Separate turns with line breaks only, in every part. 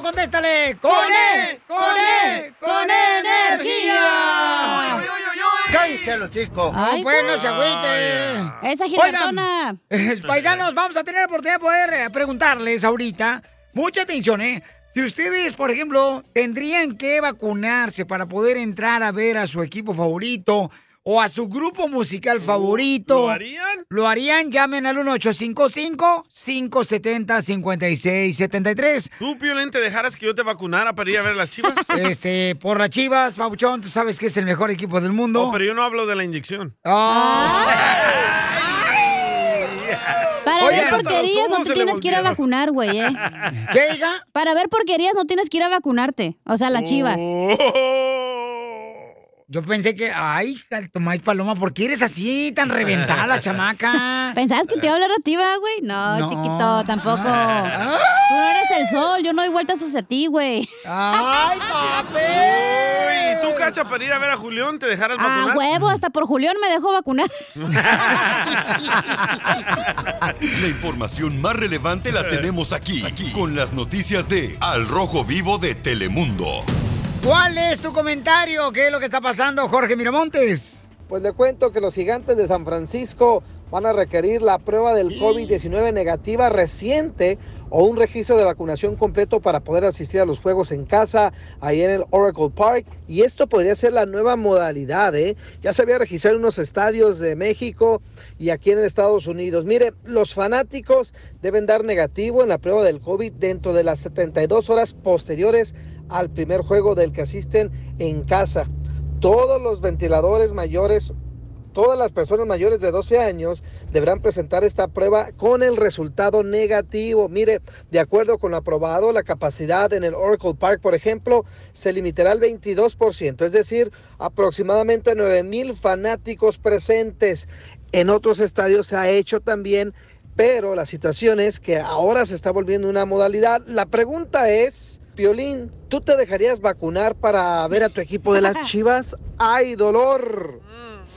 él, con él, con él, con E energía.
¡Cállate los chicos!
Ay, Pues bueno, se agüite.
Esa giratona.
Oigan, paisanos, vamos a tener la oportunidad de poder eh, preguntarles ahorita. Mucha atención, ¿eh? Si ustedes, por ejemplo, tendrían que vacunarse para poder entrar a ver a su equipo favorito o a su grupo musical favorito.
¿lo harían?
Lo harían, llamen al 1855-570-5673.
¿Tú, Piolín, te dejaras que yo te vacunara para ir a ver las chivas?
Este, por las chivas, Pabuchón, tú sabes que es el mejor equipo del mundo. Ah.
No, pero yo no hablo de la inyección.
Para
Oye,
ver
hasta los
porquerías no
ojos
te
se le
tienes que ir a
voltearon.
vacunar, güey, ¿eh?
¿Qué, diga?
Para ver porquerías no tienes que ir a vacunarte. O sea, las chivas.
Yo pensé que, ay, tomáis paloma, ¿por qué eres así tan reventada, chamaca?
¿Pensabas que te iba a hablar a ti, va, güey? No,
No.
chiquito, tampoco. Tú no eres el sol, yo no doy vueltas hacia ti, güey.
¡Ay,
Uy, ¿tú, Cacha, para ir a ver a Julián te dejaras
A
vacunar?
Ah, huevo, hasta por Julián me dejó vacunar.
La información más relevante la tenemos aquí, aquí, con las noticias de Al Rojo Vivo de Telemundo.
¿Cuál es tu comentario? ¿Qué es lo que está pasando, Jorge Miramontes?
Pues le cuento que los gigantes de San Francisco van a requerir la prueba del COVID-19 negativa reciente o un registro de vacunación completo para poder asistir a los juegos en casa, ahí en el Oracle Park. Y esto podría ser la nueva modalidad, ¿eh? Ya se había registrado en unos estadios de México y aquí en Estados Unidos. Mire, los fanáticos deben dar negativo en la prueba del COVID dentro de las 72 horas posteriores al primer juego del que asisten en casa todos los ventiladores mayores, todas las personas mayores de 12 años deberán presentar esta prueba con el resultado negativo. Mire, de acuerdo con lo aprobado, la capacidad en el Oracle Park, por ejemplo, se limitará al 22%, es decir, aproximadamente 9 mil fanáticos presentes. En otros estadios se ha hecho también, pero la situación es que ahora se está volviendo una modalidad. La pregunta es, Piolín, ¿tú te dejarías vacunar para ver a tu equipo de las Chivas? ¡Ay, dolor!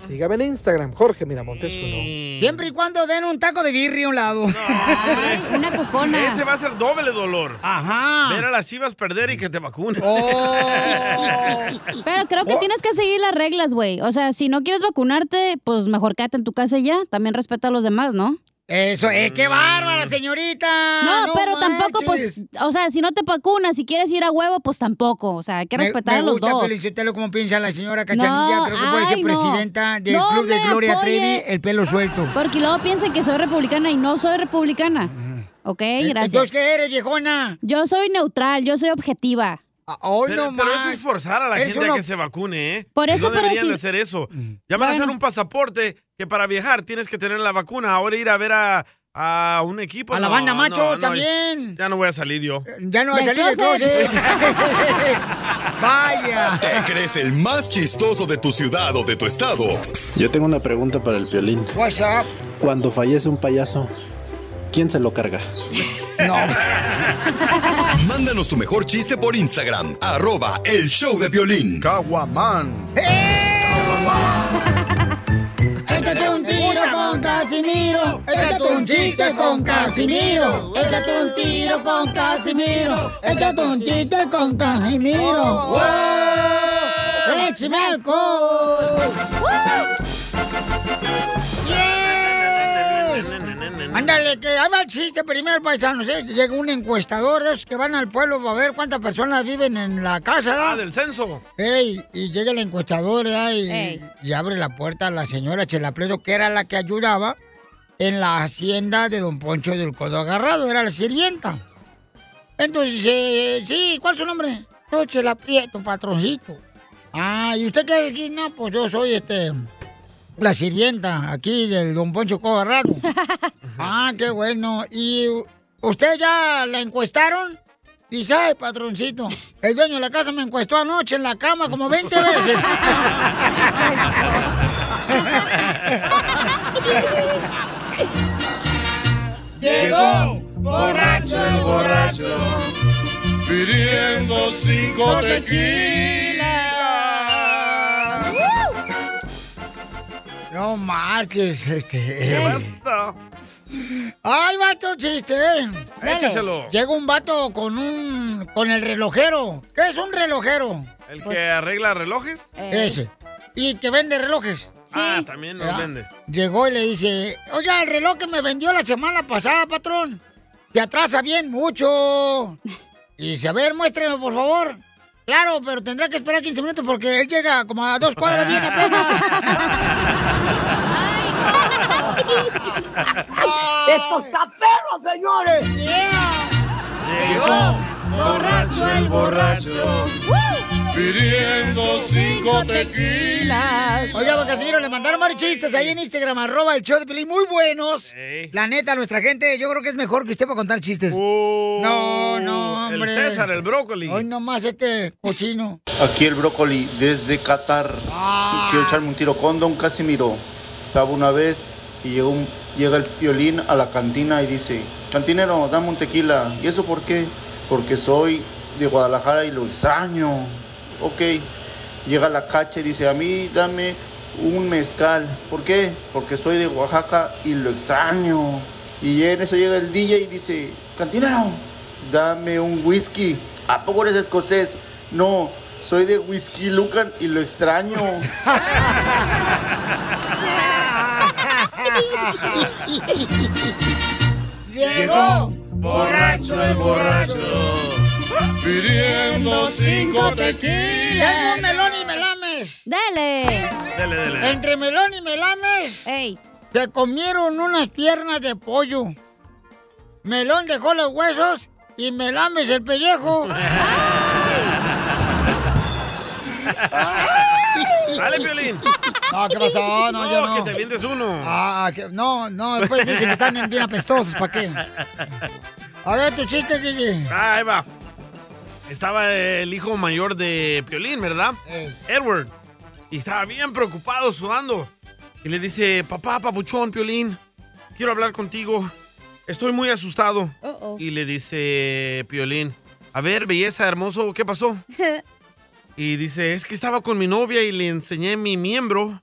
Sígame en Instagram, Jorge Miramontes uno.
Mm. Siempre y cuando den un taco de birria a un lado.
Una cocona.
Ese va a ser doble dolor. Ver a
Ajá.
las chivas perder y que te vacunen.
Oh.
Pero creo que tienes que seguir las reglas, güey. O sea, si no quieres vacunarte, pues mejor quédate en tu casa y ya. También respeta a los demás, ¿no?
Eso es, eh, qué bárbara, señorita.
No, pero tampoco,
manches.
pues, o sea, si no te vacunas, si quieres ir a huevo, pues tampoco. O sea, hay que
Me-
respetar
me
a los
gusta,
dos.
Felicitelo como piensa la señora Cachanilla.
No,
Creo que puede ser
ay, no.
presidenta del
No
Club de
me
Gloria
apoye.
Trevi, el pelo suelto.
Porque luego piensan que soy republicana y no soy republicana. Ok,
Entonces,
gracias.
¿qué eres, viejona?
Yo soy neutral, yo soy objetiva.
Ah, Hoy
Pero,
no
pero eso
más.
es forzar a la
Eres
gente a
uno-
que se vacune, ¿eh?
Por eso,
no
pero
deberían
si-
de hacer eso.
Mm.
Ya van a hacer
Bueno.
un pasaporte que para viajar tienes que tener la vacuna. Ahora ir a ver a, a un equipo.
A la
no,
banda macho
no, no,
también.
Ya no voy a salir yo.
Ya no va a
Del
salir del
closet.
closet. Vaya.
¿Te crees el más chistoso de tu ciudad o de tu estado?
Yo tengo una pregunta para el violín.
What's up?
Cuando fallece un payaso, ¿quién se lo carga?
Mándanos tu mejor chiste por Instagram, arroba el show de violín.
Caguaman.
Échate un tiro con Casimiro. Échate un chiste con Casimiro. Échate un tiro con Casimiro. Échate un chiste con Casimiro. ¡Wow! ¡Échame alcohol! ¡Yes! Ándale, que ahí va el chiste primero, paisanos. ¿eh? Llega un encuestador de esos que van al pueblo para ver cuántas personas viven en la casa. ¿da?
Ah, del censo.
Ey, y llega el encuestador ¿verdad? y,
Ey.
y abre la puerta a la señora Chelapredo, que era la que ayudaba en la hacienda de don Poncho del Codo Agarrado, era la sirvienta. Entonces dice, sí, ¿cuál es su nombre? Yo Chelaprieto, patroncito. Ah, ¿y usted qué es aquí? No, pues yo soy este la sirvienta aquí del don Poncho Codo Agarrado. ah, qué bueno. ¿Y usted ya la encuestaron? Dice, ay, patroncito, el dueño de la casa me encuestó anoche en la cama como 20 veces. Llegó borracho el borracho.
Pidiendo cinco
No marches, este.
¿Qué
eh,
basta?
Ay, vato, chiste. ¿eh?
Échaselo.
Llega un vato con un con el relojero. ¿Qué es un relojero?
¿El
Pues- Eh.
que arregla relojes?
Ese. Y que vende relojes.
Ah, también nos
¿Verdad?
vende.
Llegó y le dice, oiga, el reloj que me vendió la semana pasada, patrón, te atrasa bien mucho. Y dice, a ver, muéstrame, por favor. Claro, pero tendrá que esperar 15 minutos porque él llega como a dos cuadras bien apenas.
¡Estos taperos, señores!
Llegó borracho el borracho pidiendo cinco tequilas.
Oiga, don Casimiro, le mandaron varios chistes ahí en Instagram, arroba el show de Pelín, muy buenos. La neta, nuestra gente, yo creo que es mejor que usted para contar chistes. no, no,
Uh, el
hombre.
César, el brócoli.
Hoy nomás este cochino.
Aquí el brócoli desde Qatar. Quiero echarme un tiro con Don Casimiro. Estaba una vez y llegó un- llega el violín a la cantina y dice, cantinero, dame un tequila. ¿Y eso por qué? Porque soy de Guadalajara y lo extraño. Ok. Llega la cacha y dice, a mí dame un mezcal. ¿Por qué? Porque soy de Oaxaca y lo extraño. Y en eso llega el DJ y dice, cantinero, dame un whisky. ¿A poco eres escocés? No, soy de Whisky Lucan y lo extraño.
Llegó borracho el borracho pidiendo cinco tequilas.
Tengo un melón y melames. Dale.
Dele, dele.
Entre melón y melames. Ey. Se comieron unas piernas de pollo. Melón dejó los huesos y melames el pellejo.
Dale, Piolín.
No, ¿qué pasó? No, yo no.
que te vienes uno.
Ah, que- no, no, después dicen que están bien apestosos, ¿para qué? A ver, tu chiste, DJ.
Ah, ahí va. Estaba el hijo mayor de Piolín, ¿verdad? Edward. Y estaba bien preocupado, sudando. Y le dice, papá, papuchón, Piolín, quiero hablar contigo. Estoy muy asustado. Y le dice Piolín, a ver, belleza, hermoso, ¿qué pasó? Y dice, es que estaba con mi novia y le enseñé mi miembro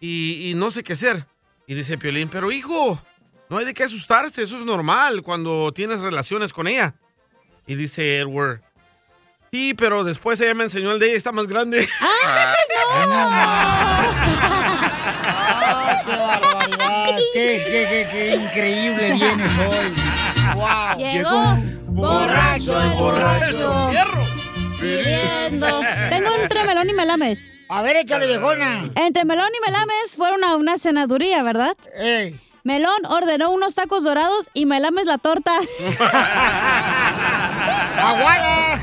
y, y no sé qué hacer. Y dice Piolín, pero hijo, no hay de qué asustarse, eso es normal cuando tienes relaciones con ella. Y dice Edward, sí, pero después ella me enseñó el de ella, está más grande.
Ah. ¡Qué barbaridad! Ah, ¡Qué, qué, qué, qué increíble vienes hoy! ¡Wow!
Llegó
borracho el borracho.
Pidiendo. Tengo un entre melón y melames.
A ver, échale, viejona.
Entre melón y melames fueron a una cenaduría, ¿verdad? Melón ordenó unos tacos dorados y melames la torta.
¡Aguada!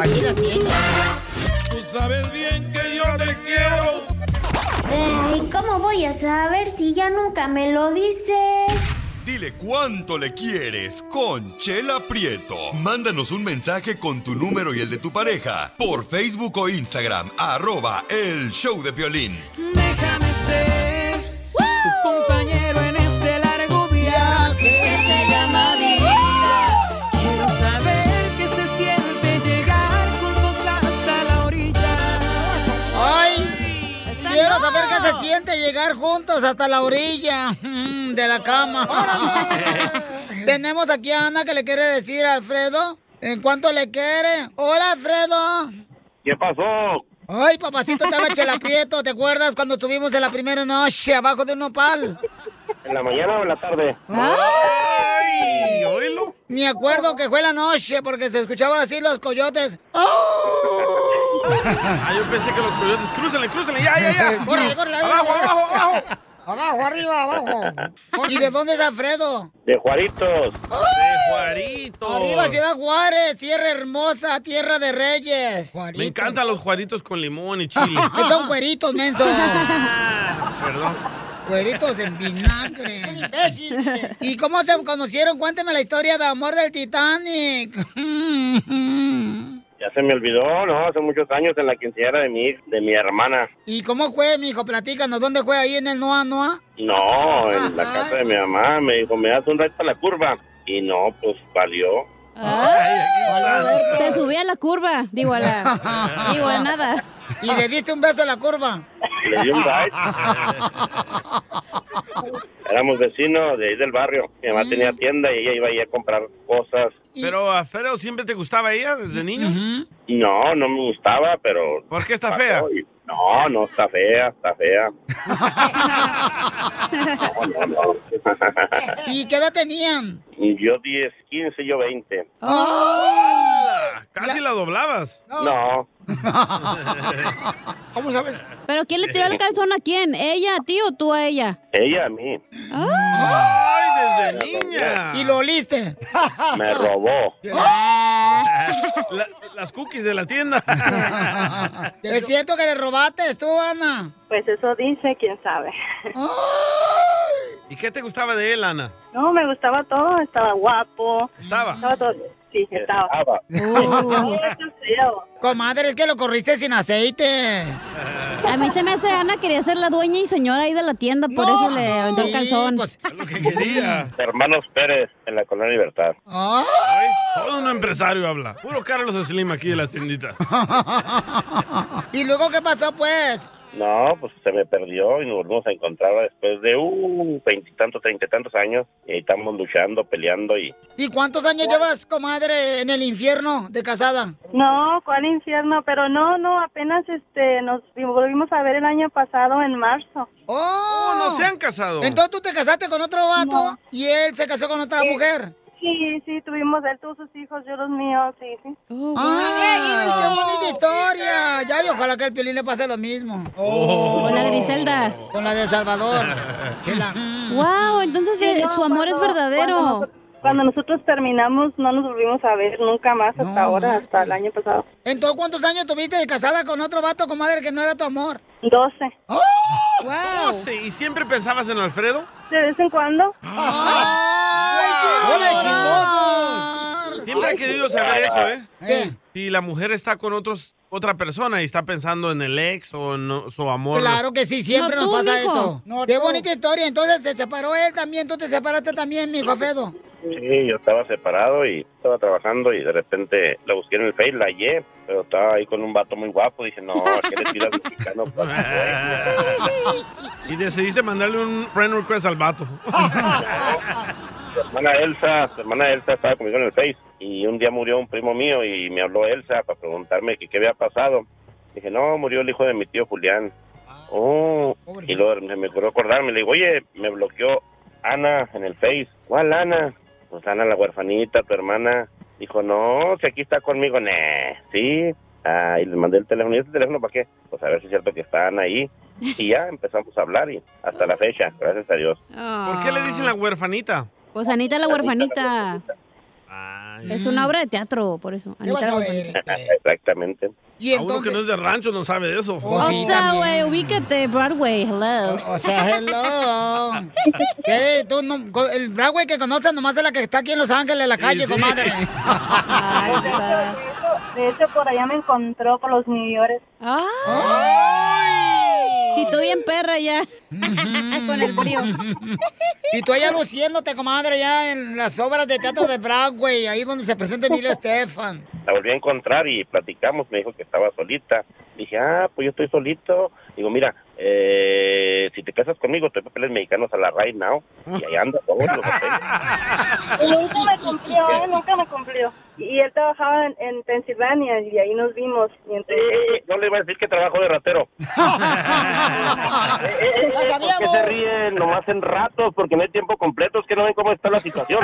Aquí la Tú sabes bien que yo te quiero.
Ay, ¿cómo voy a saber si ya nunca me lo dices?
Dile cuánto le quieres con Chela Prieto. Mándanos un mensaje con tu número y el de tu pareja por Facebook o Instagram, arroba el show de violín.
Déjame ser tu compañero en este largo viaje que se llama vida. Quiero saber qué se siente llegar juntos hasta la orilla.
¡Ay! Quiero saber qué se siente llegar juntos hasta la orilla mm, de la cama. Tenemos aquí a Ana que le quiere decir a Alfredo en cuánto le quiere. ¡Hola, Alfredo!
¿Qué pasó?
Ay, papacito, te habla Chela Prieto. ¿Te acuerdas cuando estuvimos en la primera noche abajo de un nopal?
¿En la mañana o en la tarde?
¡Ay! Me acuerdo que fue la noche porque se escuchaba así los coyotes.
ah, yo pensé que los coyotes, crúcenle, crúcenle, ya, ya, ya.
¡Córrele, córrele!
Abajo,
córrele.
abajo, abajo.
Abajo, arriba, abajo. ¿Y de dónde es Alfredo?
De Juaritos.
De Juaritos.
Arriba Ciudad Juárez, tierra hermosa, tierra de reyes.
Me encantan los Juaritos con limón y chile.
Son cueritos, menso.
Perdón.
Cueritos en vinagre. ¿Y cómo se conocieron? Cuénteme la historia de amor del Titanic.
Ya se me olvidó, ¿no? Hace muchos años en la quinceañera de mi, de mi hermana.
¿Y cómo fue, mijo? Platícanos, ¿dónde fue? ¿Ahí en el Noa Noa?
No, en la casa de mi mamá. Me dijo, me das un ride para la curva. Y no, pues valió.
Se subía a la curva, digo a la. digo a nada.
¿Y le diste un beso a la curva?
le di un ride. Éramos vecinos de ahí del barrio. Mi mamá tenía tienda y ella iba ahí a comprar cosas.
Pero a Fero siempre te gustaba ella desde niño.
No, no me gustaba, pero...
¿Por qué está fea?
No, no, está fea, está fea. No, no.
¿Y qué edad tenían?
yo 10, 15, yo 20.
Oh.
Ah, Casi la doblabas.
No,
¿Cómo sabes?
¿Pero quién le tiró el calzón a quién? ¿Ella a ti o tú a ella?
ella a mí
Ah.
¡Ay, desde niña!
Ah. ¿Y lo oliste?
me robó.
La- las cookies de la tienda.
¿Es cierto que le robaste tú, Ana?
Pues eso dice, quién sabe.
¿Y qué te gustaba de él, Ana?
No, me gustaba todo, estaba guapo.
¿Estaba?
todo. Sí, estaba.
Uh.
Eso es feo.
Comadre, es que lo corriste sin aceite.
A mí se me hace Ana quería ser la dueña y señora ahí de la tienda, por eso le aventó el calzón.
pues,
Hermanos Pérez, en la Colonia Libertad.
Ay, todo un empresario habla. Puro Carlos Slim aquí de las tienditas.
¿Y luego qué pasó, pues?
No, pues se me perdió y nos volvimos a encontrar después de uh, veintitantos, treinta y tantos años. Y ahí estamos luchando, peleando y
¿Y cuántos años llevas, comadre, en el infierno de casada?
No, cuál infierno, pero no, no, apenas este nos vi- volvimos a ver el año pasado en marzo.
¡Oh!
no se han casado.
Entonces tú te casaste con otro vato y él se casó con otra mujer.
Sí, sí, tuvimos, él tuvo sus hijos, yo los míos, sí, sí.
Oh.
¡Ay, qué bonita historia! Ya, y ojalá que al Piolín le pase lo mismo.
Oh. Con la Griselda.
Con la de Salvador. Que la-
Wow, entonces
Sí,
eh,
no,
su amor es
cuando-
verdadero.
cuando nos- Cuando nosotros terminamos, no nos volvimos a ver nunca más hasta ahora, hasta el año pasado.
Entonces, ¿cuántos años tuviste de casada con otro vato, comadre, que no era tu amor?
Doce.
No sé, ¿Y siempre pensabas en Alfredo?
De vez en cuando.
¡Ay, quiero
¡Hola,
llorar!
Siempre he querido saber eso, ¿eh?
¿Qué?
Si la mujer está con otros, otra persona y está pensando en el ex o en su amor.
Claro que sí, siempre
No,
nos
tú,
pasa
mijo.
eso.
No,
Qué
tú.
bonita historia. Entonces se separó él también, tú te separaste también, mi Fedo.
sí, yo estaba separado y estaba trabajando y de repente la busqué en el Face, la hallé, pero estaba ahí con un vato muy guapo. Dije, no, ¿a ¿qué le pido al mexicano? pues.
Y decidiste mandarle un friend request al vato.
Su hermana Elsa, su hermana Elsa estaba conmigo en el Face y un día murió un primo mío y me habló Elsa para preguntarme que qué había pasado. Dije, no, murió el hijo de mi tío Julián. Oh, y luego me, me ocurrió acordarme, le digo, oye, me bloqueó Ana en el Face. ¿Cuál Ana? Pues Ana la huerfanita, tu hermana. Dijo, no, si aquí está conmigo, ne, sí. Ah, y le mandé el teléfono, ¿y este teléfono para qué? Pues a ver si es cierto que está Ana ahí. Y ya empezamos a hablar y hasta la fecha, gracias a Dios.
¿Por qué le dicen la huerfanita?
Pues Anita la huerfanita. Es una obra de teatro, por eso. Anita
vas
la
a
huerfanita.
Exactamente.
¿Y Oh,
A uno que no es de rancho no sabe de eso.
O sea, güey, ubícate, Broadway, hello.
O sea, hello. ¿Qué? Tú no- co- el Broadway que conoces nomás es la que está aquí en Los Ángeles, en la calle,
sí.
comadre.
De hecho, por allá me encontró por los New York.
Y tú bien perra ya. Con el frío.
Y tú allá luciéndote, comadre, ya en las obras de teatro de Broadway, ahí donde se presenta Emilio Estefan.
La volví a encontrar y platicamos, me dijo que estaba solita. Dije, ah, pues yo estoy solito. Digo, mira, eh, si te casas conmigo, te doy papeles mexicanos a la right now. Y ahí anda pues, todos los papeles.
Y nunca me cumplió, ¿eh? Nunca me cumplió. Y él trabajaba en, en Pensilvania y ahí nos vimos. Y entonces...
Eh, no le iba a decir que trabajo de ratero. ¿Por qué se ríen? Nomás en ratos, porque no hay tiempo completo. Es que no ven cómo está la situación.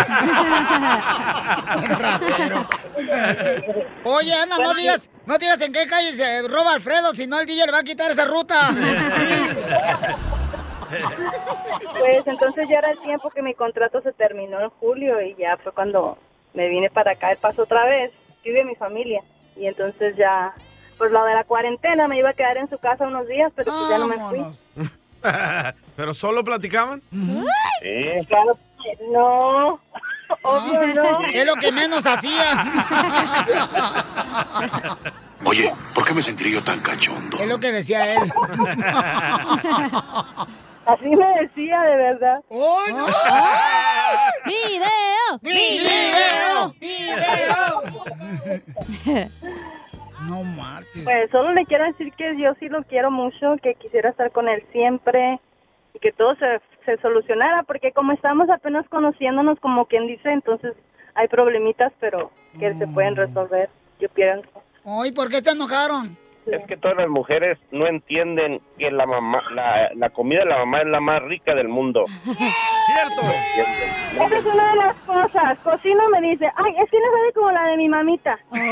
Oye, Ana, no digas, no digas en qué calle se roba Alfredo, si no el DJ le va a quitar esa ruta.
Pues entonces ya era el tiempo que mi contrato se terminó en julio y ya fue cuando me vine para acá de paso otra vez. Vive mi familia y entonces ya, pues lo de la cuarentena me iba a quedar en su casa unos días, pero pues ya no me fui.
¿Pero solo platicaban?
Sí.
Claro, que no, obvio no.
Es lo que menos hacía.
Oye, ¿por qué me sentiré yo tan cachondo?
Es lo que decía él.
Así me decía de verdad.
¡Oh,
no!
¡Video!
¡Video!
¡Video!
No marches.
Pues solo le quiero decir que yo sí lo quiero mucho, que quisiera estar con él siempre y que todo se, se solucionara, porque como estamos apenas conociéndonos, como quien dice, entonces hay problemitas, pero que se pueden resolver, yo pienso.
Mm. Ay, ¿por qué se enojaron?
Es que todas las mujeres no entienden que la mamá, la, la comida de la mamá es la más rica del mundo.
¡Cierto!
Esa es una de las cosas. Cocino me dice, ay, es que no sabe como la de mi mamita. Ay, es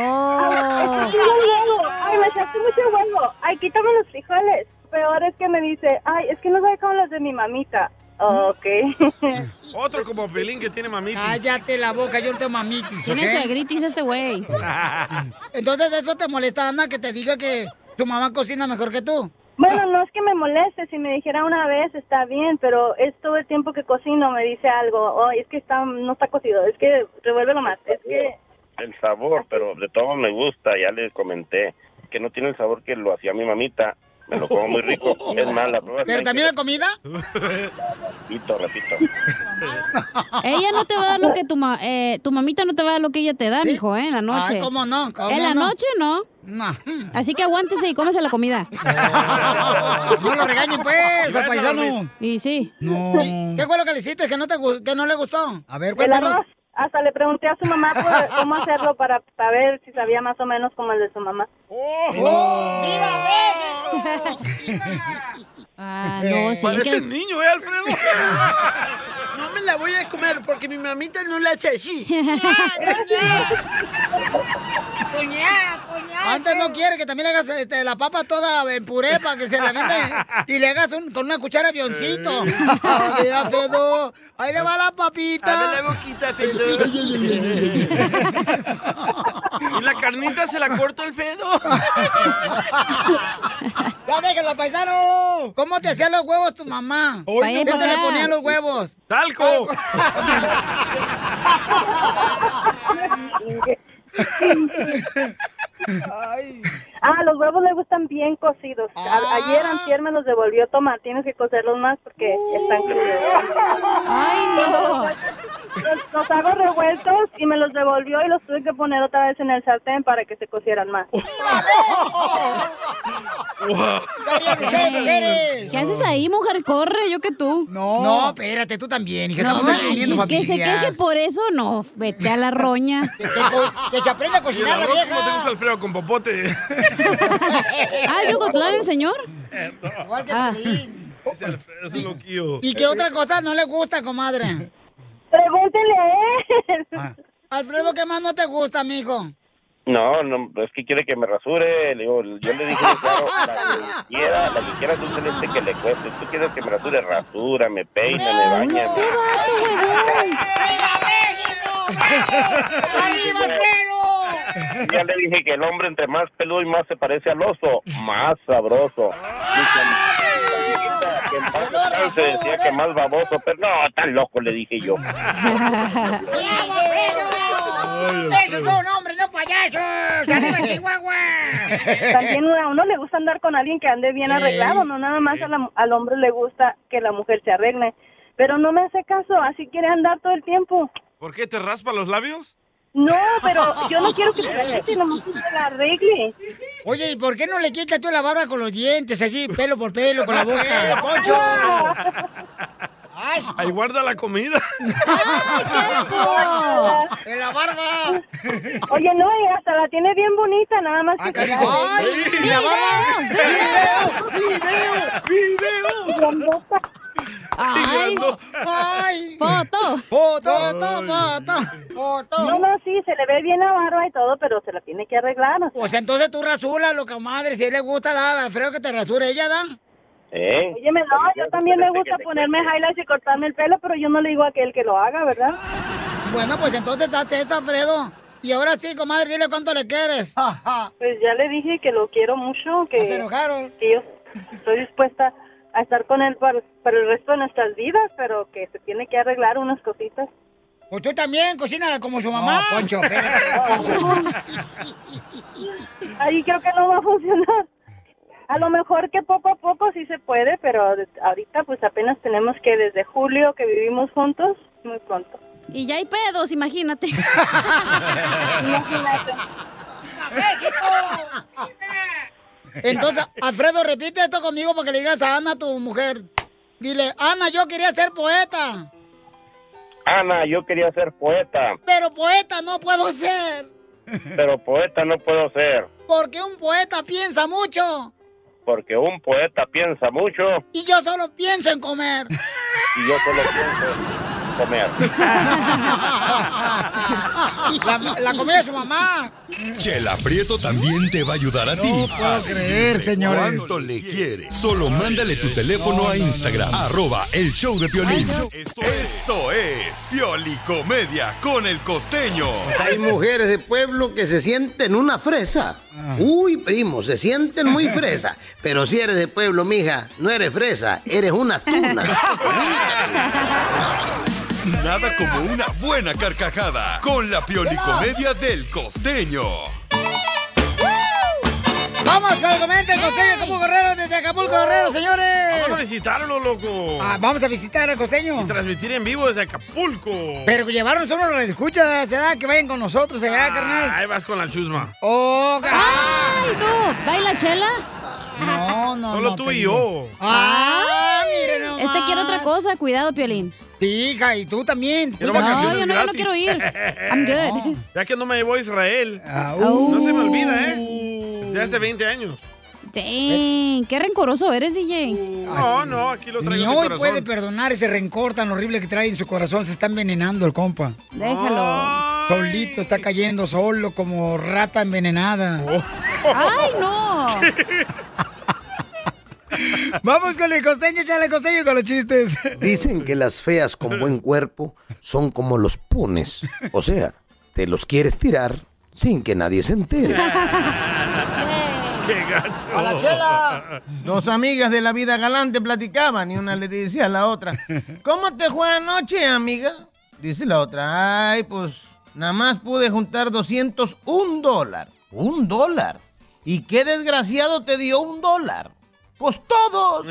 que tiene huevo. Ay, me echaste mucho huevo. Ay, quítame los frijoles. Peor es que me dice, ay, es que no sabe como las de mi mamita. Ok.
Otro como Pelín que tiene mamitis.
Cállate la boca, yo te mamitis.
Tiene
¿ok?
suegritis este güey.
Entonces, ¿eso te molesta, Ana, que te diga que tu mamá cocina mejor que tú?
Bueno, no es que me moleste, si me dijera una vez está bien, pero es todo el tiempo que cocino, me dice algo, oh, es que está, no está cocido, es que revuélvelo más, es que...
El sabor, pero de todo me gusta, ya les comenté, que no tiene el sabor que lo hacía mi mamita. Me lo como muy rico. Es más, la prueba
¿Pero
está en
también la comida?
que- Repito, repito.
Ella no te va a dar lo que tu, ma- eh, tu mamita no te va a dar lo que ella te da, mijo, ¿eh? En la noche.
Ay, ¿cómo no? ¿Cómo
en la
no?
noche no.
No.
Así que aguántese y cómese la comida.
No lo regañen, pues, al paisano.
Y sí.
No. ¿Qué fue lo que le hiciste que no, te, gu- que no le gustó? A ver,
El
cuéntanos.
arroz, hasta le pregunté a su mamá por- cómo hacerlo para saber si sabía más o menos como el de su mamá.
Oh,
Ah,
no, sí,
Parece
que-
niño, ¿eh, Alfredo?
No me la voy a comer porque mi mamita no la hace así.
Antes no quiere que también le hagas este, la papa toda en puré para que se la vende y le hagas un- con una cuchara avioncito. A ver, a Fedo, ahí le va la papita.
Abre la boquita, Fedo.
¿Y la carnita se la corto el Fedo?
¡Ya déjalo, paisano! ¿Cómo te hacía los huevos tu mamá?
Oye,
¿Qué
pues,
te
papá.
le ponían los huevos?
¡Talco!
Ah,
Ah, los huevos le gustan bien cocidos. A-
Ah.
ayer antier me los devolvió, toma, tienes que cocerlos más porque
Oh.
están crudos.
Ay, no.
Los, los hago revueltos y me los devolvió y los tuve que poner otra vez en el sartén para que se cocieran más.
Ey, ¿Qué haces ahí, mujer? Corre, yo que tú.
No. No,
pues,
espérate, tú también, hija.
No,
estamos aquí
manches,
viviendo
que se
familias.
queje por eso, no. Vete a la roña.
que se aprenda a
¿Y el arroz cómo te gusta, Alfredo? Con popote.
Ah, ¿es de Ocotlán el señor?
Eh,
Igual que
Ah.
Piolín.
Es un loquillo.
¿Y qué otra cosa no le gusta, comadre? Ah.
Pregúntele a él.
Alfredo, ¿qué más no te gusta, mijo?
No, no, es que quiere que me rasure. Le digo, yo le dije, claro, la que quiera, la que quiera, tú celeste que le cueste. Tú quieres que me rasure, rasura, me peina, me baña.
Este
¡Arriba,
Ya le dije que el hombre entre más peludo y más se parece al oso, más sabroso. Él se decía que más baboso, pero no, tan loco le dije yo.
¡Esos son hombres, no payasos! ¡Arriba
También a uno le gusta andar con alguien que ande bien arreglado, no nada más a la- al hombre le gusta que la mujer se arregle. Pero no me hace caso, así quiere andar todo el tiempo.
¿Por qué te raspa los labios?
No, pero yo no quiero que se arregle, nomás que se la arregle.
Oye, ¿y por qué no le quitas tú la barba con los dientes, así, pelo por pelo, con la boca? Eh, ¡Poncho!
Ahí guarda la comida.
¡En la barba!
Oye, no, y hasta la tiene bien bonita, nada más que... se la
Ah, ¡Ay!
arregle.
¡En la barba!
¡Video! ¡Video!
¡Ay! ¡Ay! ¡Foto! ¡Foto! ¡Foto! ¡Foto! ¡Foto!
No, no, sí, se le ve bien la barba y todo, pero se la tiene que arreglar. o sea.
O sea, Pues entonces tú rasuras, loca madre. Si a él le gusta, da, Alfredo, que te rasure ella, da.
¿Eh?
Oye, me- no, yo también me gusta ponerme highlights y cortarme el pelo, pero yo no le digo a aquel que lo haga, ¿verdad?
Bueno, pues entonces hace eso, Alfredo. Y ahora sí, comadre, dile cuánto le quieres.
Pues ya le dije que lo quiero mucho, que,
se enojaron.
que yo estoy dispuesta a estar con él para, para el resto de nuestras vidas, pero que se tiene que arreglar unas cositas.
Pues tú también, cocina como su mamá. No, Poncho,
Ahí creo que no va a funcionar. A lo mejor que poco a poco sí se puede, pero de- ahorita pues apenas tenemos que desde julio que vivimos juntos, muy pronto.
Y ya hay pedos, imagínate.
Imagínate.
Entonces, Alfredo, repite esto conmigo para que le digas a Ana, tu mujer. Dile, Ana, yo quería ser poeta,
Ana, yo quería ser poeta,
pero poeta no puedo ser,
pero poeta no puedo ser,
porque un poeta piensa mucho
porque un poeta piensa mucho
y yo solo pienso en comer.
y yo solo pienso comer.
La, la comida de su mamá.
Chela Prieto también te va a ayudar a ti. No
puedo creer, señores.
¿Cuánto le quieres? Solo mándale tu teléfono a Instagram, arroba el show de Piolín.
Ay, no.
Esto es Pioli Comedia con el costeño.
Hay mujeres de pueblo que se sienten una fresa. Uy, primo, se sienten muy fresa. Pero si eres de pueblo, mija, no eres fresa, eres una tuna.
Nada como una buena carcajada con la Pioli Comedia del costeño.
Vamos con el comediante el costeño de Acapulco Guerrero desde Acapulco Guerrero, señores.
Vamos a visitarlo, loco.
Ah, vamos a visitar al costeño.
Y transmitir en vivo desde Acapulco.
Pero llevarnos uno las escuchas, ¿verdad? Que vayan con nosotros, ¿verdad, carnal?
Ahí vas con la chusma.
¡Oh,
¡Ay, no! ¿Baila chela?
No, no,
Solo
no,
tú
te
y
digo.
yo.
¡Ah, mire nomás!
Este quiere otra cosa, cuidado, Piolín.
Sí, hija, y tú también.
Quiero
No,
vacaciones
yo no, yo no
gratis.
quiero ir. I'm good.
Ya que no me llevó a Israel.
uh.
No se me olvida, ¿eh?
Uh.
Desde hace 20 años.
Dang, qué rencoroso eres, DJ.
Ah,
No, no, aquí lo traigo
Ni
en mi
hoy
corazón.
puede perdonar ese rencor tan horrible que trae en su corazón. Se está envenenando el compa.
Déjalo.
Solito está cayendo solo como rata envenenada.
Oh.
¡Ay, no!
Vamos con el costeño, chale costeño con los chistes.
Dicen que las feas con buen cuerpo son como los punes. O sea, te los quieres tirar sin que nadie se entere.
¡Qué gacho!
¡A la chela! Dos amigas de la vida galante platicaban y una le decía a la otra, ¿cómo te fue anoche, amiga? Dice la otra, ay, pues nada más pude juntar 201 dólar. ¿Un dólar? ¿Y qué desgraciado te dio un dólar? Pues todos.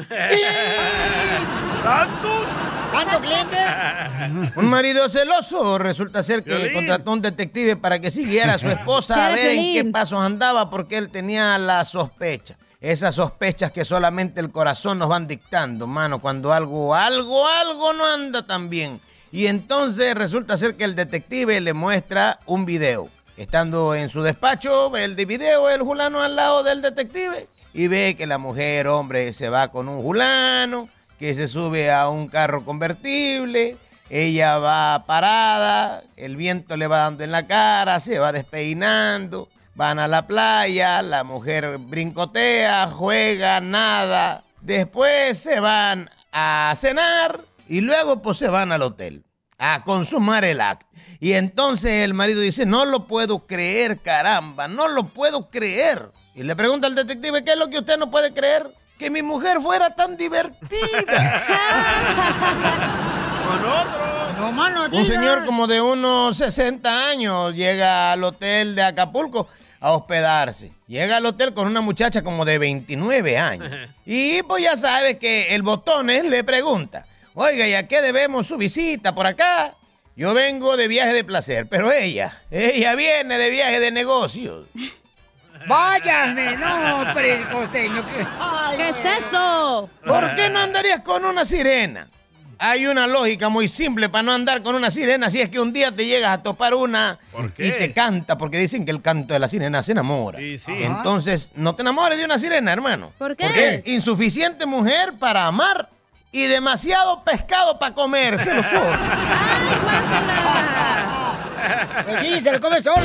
¿Tantos?
¿Tanto cliente?
Un marido celoso resulta ser que
Violín.
contrató un detective para que siguiera a su esposa a
Chale,
ver en
Piolín.
qué pasos andaba porque él tenía la sospecha. Esas sospechas que solamente el corazón nos van dictando, mano, cuando algo, algo, algo no anda tan bien. Y entonces resulta ser que el detective le muestra un video. Estando en su despacho, ve el de video, el fulano al lado del detective y ve que la mujer, hombre, se va con un fulano, que se sube a un carro convertible, ella va parada, el viento le va dando en la cara, se va despeinando, van a la playa, la mujer brincotea, juega, nada. Después se van a cenar y luego pues se van al hotel a consumar el acto. Y entonces el marido dice, no lo puedo creer, caramba, no lo puedo creer. Y le pregunta al detective, ¿qué es lo que usted no puede creer? Que mi mujer fuera tan divertida.
No, mano,
Un señor como de unos 60 años llega al hotel de Acapulco a hospedarse. Llega al hotel con una muchacha como de 29 años. Y pues ya sabes que el botones le pregunta, oiga, ¿y a qué debemos su visita por acá? Yo vengo de viaje de placer, pero ella, ella viene de viaje de negocios.
Váyanme, no, hombre, el costeño. que- Ay,
¿Qué es eso?
¿Por qué no andarías con una sirena? Hay una lógica muy simple para no andar con una sirena si es que un día te llegas a topar una y te canta, porque dicen que el canto de la sirena se enamora. Entonces, no te enamores de una sirena, hermano.
¿Por qué?
Porque es insuficiente mujer para amar y demasiado pescado para comer, se lo soy.
Pues sí, se lo come solo.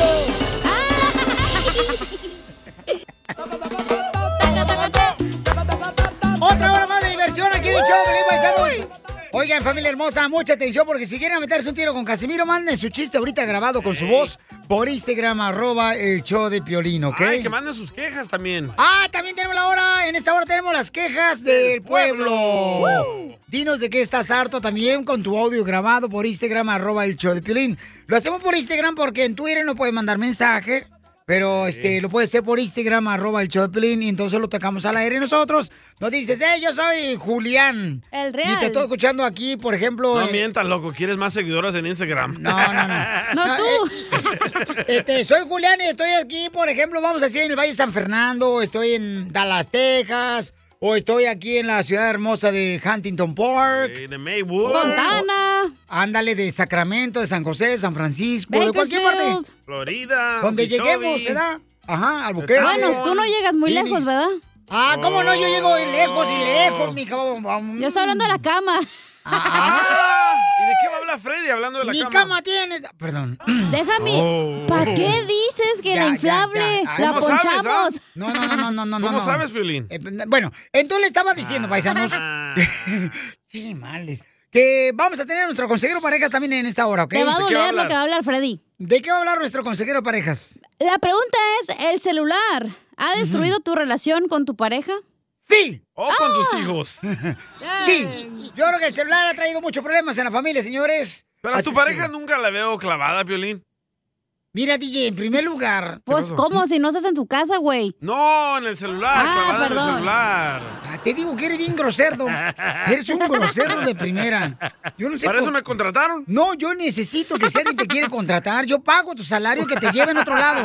Otra hora más de diversión aquí en el show, Pelín Paisanos. Oigan, familia hermosa, mucha atención porque si quieren meterse un tiro con Casimiro, manden su chiste ahorita grabado con su voz por Instagram, arroba el show de Piolín, ¿ok?
Ay, que manden sus quejas también.
Ah, también tenemos la hora. En esta hora tenemos las quejas del pueblo. Dinos de qué estás harto también con tu audio grabado por Instagram, arroba el show de Piolín. Lo hacemos por Instagram porque en Twitter no puedes mandar mensaje. Pero este, lo puede hacer por Instagram, arroba el Choplin, y entonces lo tocamos al aire. Y nosotros nos dices, eh, yo soy Julián.
El
Y te estoy escuchando aquí, por ejemplo.
No
eh,
mientas, loco. ¿Quieres más seguidores en Instagram?
No, no, no. No, tú. Ah, Este, soy Julián y estoy aquí, por ejemplo, vamos a decir en el Valle de San Fernando, o estoy en Dallas, Texas, o estoy aquí en la ciudad hermosa de Huntington Park.
de Maywood.
Montana. Ándale, de Sacramento, de San José, de San Francisco, de cualquier parte.
Florida.
Donde
Okeechobee.
lleguemos, ¿verdad? Ajá, Albuquerque.
Bueno, tú Ah, no llegas muy
Phoenix.
lejos, ¿verdad? Oh.
Ah, ¿cómo no? Yo llego de lejos y lejos, mi
Yo estoy hablando de la cama.
Ah,
¿Y de qué va a hablar Freddy hablando Ah, de la
Ni
cama?
cama
tiene. Perdón.
Déjame.
Oh.
¿Para qué dices que
Ya,
la
ya,
inflable
ya.
la
¿Cómo sabes,
ponchamos?
ah? No, no, no, no, no, no.
¿Cómo
no.
sabes, Piolín?
Eh, bueno, entonces le estaba diciendo,
Ah.
paisanos. Qué males. Que vamos a tener a nuestro consejero parejas también en esta hora, ¿ok?
Te va a ¿De qué va a doler lo hablar? que va a hablar Freddy.
¿De qué va a hablar nuestro consejero parejas?
La pregunta es, ¿el celular ha destruido tu relación con tu pareja? Ah.
¡Sí!
¿O con tus hijos?
Sí, yo creo que el celular ha traído muchos problemas en la familia, señores.
Pero a
Así
tu
es
pareja
que-
nunca la veo clavada, Piolín.
Mira, DJ, en primer lugar.
Pues,
pasó?
¿cómo? Si no estás en tu casa, güey.
No, en el celular,
Ah,
clavada en
perdón.
el celular.
Ah, te digo que eres bien grosero. Eres un grosero de primera. Yo no sé
¿Para
por-
eso me contrataron?
No, yo necesito que si alguien te quiere contratar, yo pago tu salario que te lleven a otro lado.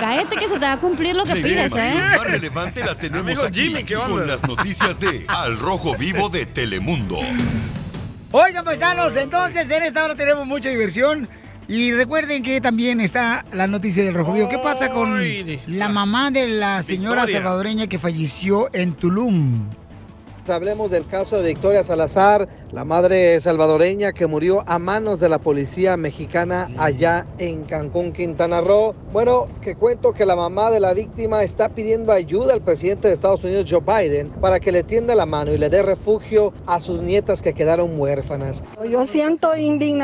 Cállate que se te va a cumplir lo que
La
pides,
información
¿eh?
más relevante la tenemos
Amigo
aquí
Jimmy, ¿qué onda?
con las noticias de Al Rojo Vivo de Telemundo.
Oigan, paisanos, entonces en esta hora tenemos mucha diversión. Y recuerden que también está la noticia del Rojo Vivo. ¿Qué pasa con la mamá de la señora
Victoria.
salvadoreña que falleció en Tulum?
Hablemos del caso de Victoria Salazar, la madre salvadoreña que murió a manos de la policía mexicana allá en Cancún, Quintana Roo. Bueno, que cuento que la mamá de la víctima está pidiendo ayuda al presidente de Estados Unidos, Joe Biden, para que le tienda la mano y le dé refugio a sus nietas que quedaron huérfanas.
Yo siento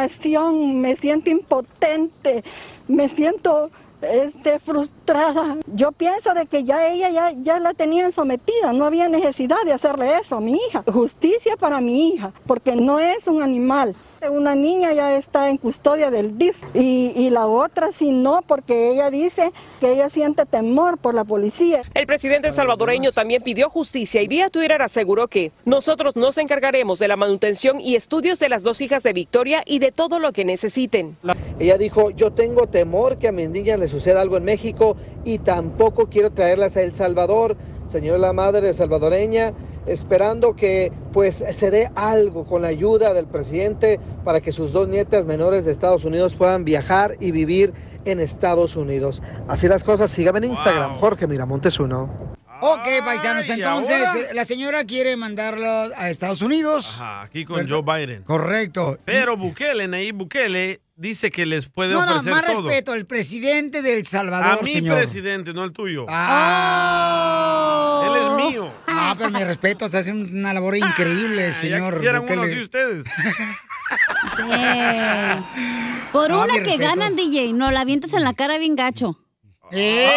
indignación, me siento impotente, me siento este, frustrada. Yo pienso de que ya ella ya, ya la tenían sometida, no había necesidad de hacerle eso a mi hija. Justicia para mi hija, porque no es un animal. Una niña ya está en custodia del DIF y, y la otra sí no, porque ella dice que ella siente temor por la policía.
El presidente salvadoreño también pidió justicia y vía Twitter aseguró que nosotros nos encargaremos de la manutención y estudios de las dos hijas de Victoria y de todo lo que necesiten.
Ella dijo, yo tengo temor que a mis niñas les suceda algo en México y tampoco quiero traerlas a El Salvador, señora la madre salvadoreña, esperando que pues se dé algo con la ayuda del presidente para que sus dos nietas menores de Estados Unidos puedan viajar y vivir en Estados Unidos. Así las cosas, síganme en Instagram, Jorge Miramontes uno.
Ok, paisanos,
¿y
entonces
ahora?
eh, la señora quiere mandarlo a Estados Unidos.
Ajá, aquí con Joe Biden.
Correcto.
Pero Bukele, Nayib Bukele, dice que les puede
No, no,
ofrecer
más
todo.
respeto, el presidente del
A
Salvador,
mi
señor.
presidente, no el tuyo.
Ah.
Él es mío.
Ah, pero mi respeto, está haciendo una labor increíble el señor.
quisieran uno
Bukele.
así ustedes.
Sí. Por
No,
una que
mis respetos.
ganan, DJ, no la avientes en la cara bien gacho. ¡Eh!
Eh.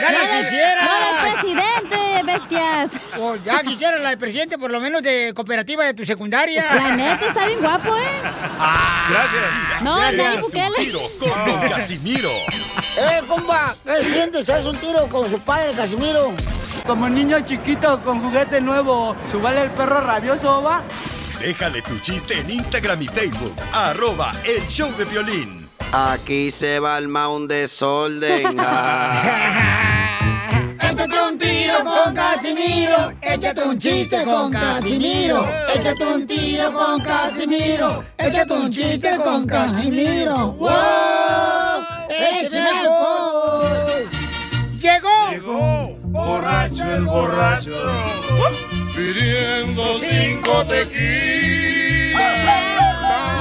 ¡Ya
No
la
del-
quisiera!
no del presidente, bestias!
Pues ya quisiera la del presidente, por lo menos de cooperativa de tu secundaria.
La neta, está bien guapo, ¿eh?
Ah,
Gracias.
No,
Échate
Nayib
un
Bukele.
tiro con Don Casimiro.
¡Eh, compa! ¿Qué sientes? ¿Haz un tiro con su padre, Casimiro?
Como niño chiquito con juguete nuevo, ¿subale el perro rabioso va?
Déjale tu chiste en Instagram y Facebook. Arroba el show de violín.
Aquí se va el mound desorden.
Échate un tiro con Casimiro. Échate un chiste con Casimiro. Échate un tiro con Casimiro. Échate un chiste con Casimiro. ¡Wow! ¡Échame alcohol! ¡Llegó!
Llegó borracho el borracho pidiendo cinco tequilas.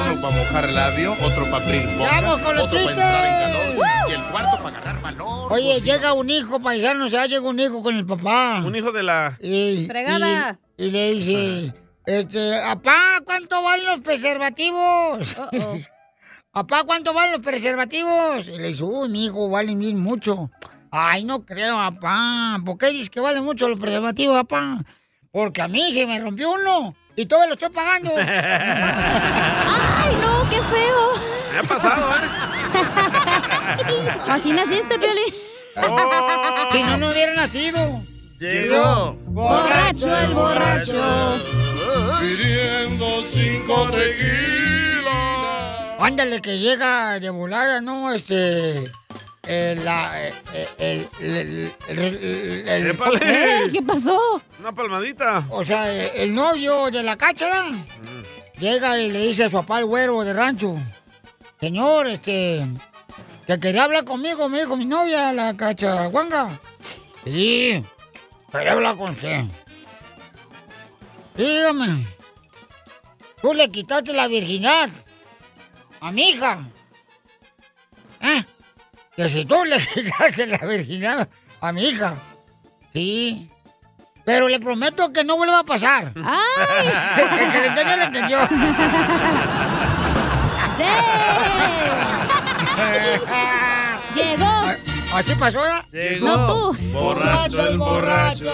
Uno para mojar labio, otro para abrir boca,
¡Vamos con los
otro para
chistes!
entrar en calor
¡Woo!
y el cuarto para agarrar valor.
Oye, llega un hijo, paisano, ya llega un hijo con el papá.
Pues Un hijo de la...
Y,
Fregada.
Y, y le dice, este, apá, ¿cuánto valen los preservativos? apá, ¿cuánto valen los preservativos? Y le dice, uy, mi hijo, valen bien mucho. Ay, no creo, apá. ¿Por qué dices que valen mucho los preservativos, apá? Porque a mí se me rompió uno y todavía lo estoy pagando.
¡Ay,
no! ¡Qué feo!
Me ha pasado, ¿eh?
Así naciste, Piolín.
Si no, no hubiera nacido.
Llegó
borracho el
borracho.
Pidiendo cinco tequilas. Ándale, que llega de volada, ¿no? Este. eh, la, eh, eh, el, el, el, el- el-
Épale.
¿Eh?
¿Qué
pasó?
Una palmadita.
O sea, eh, el novio de la cacha, ¿verdad? Llega y le dice a su papá el güero de rancho. Señor, este. Que quería hablar conmigo, me dijo mi novia, la cacha guanga. Sí, quería hablar con usted. Dígame. Tú le quitaste la virginidad a mi hija. ¿Eh? Que si tú le quitaste la virginidad a mi hija. Sí. Pero le prometo que no vuelva a pasar.
¡Ay!
El que le entendió, le entendió.
Ah. Llegó.
¿Así pasó, eh? ¿verdad?
Llegó. No, tú. Borracho el borracho.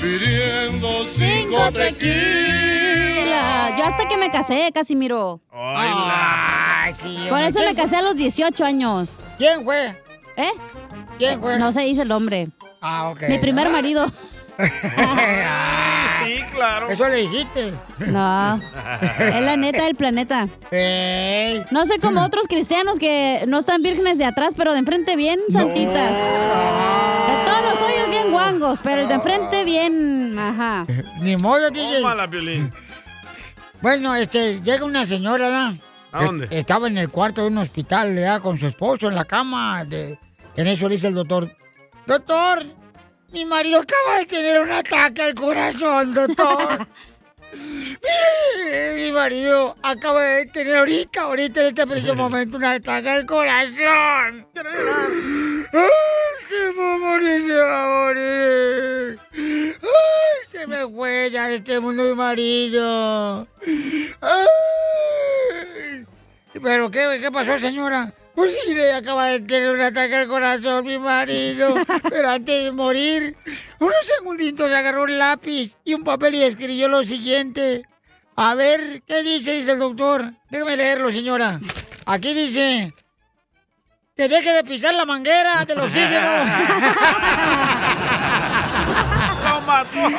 Pidiendo cinco tequilas. Yo hasta que me casé, Casimiro.
Ay, sí.
Por
hombre.
eso me
¿Quién
casé a los 18 años.
¿Quién fue?
¿Eh?
¿Quién fue?
No se dice el hombre.
Ah, ok. Ah,
Mi primer marido.
Sí, claro.
Eso le dijiste.
No. Es la neta del planeta. No sé como otros cristianos que no están vírgenes de atrás, pero de enfrente bien santitas. De todos los hoyos bien guangos, pero el de enfrente bien. Ajá.
Ni modo, DJ.
Tómala, Piolín.
Bueno, este, llega una señora, ¿verdad?
¿A dónde?
Est- Estaba en el cuarto de un hospital, ¿verdad? Con su esposo en la cama. de- En eso le dice el doctor, doctor, mi marido acaba de tener un ataque al corazón, doctor. Mire, mi marido acaba de tener ahorita, ahorita en este preciso momento, un ataque al corazón. ¡Ay, se va a morir, se va a morir! ¡Ay, se me fue ya de este mundo mi marido! ¡Ay! ¿Pero qué, qué pasó, señora? Pues sí, le acaba de tener un ataque al corazón mi marido. Pero antes de morir, unos segunditos agarró un lápiz y un papel y escribió lo siguiente. A ver, ¿qué dice? Dice el doctor. Déjame leerlo, señora. Aquí dice... Que deje de pisar la manguera del oxígeno.
¡Lo mató!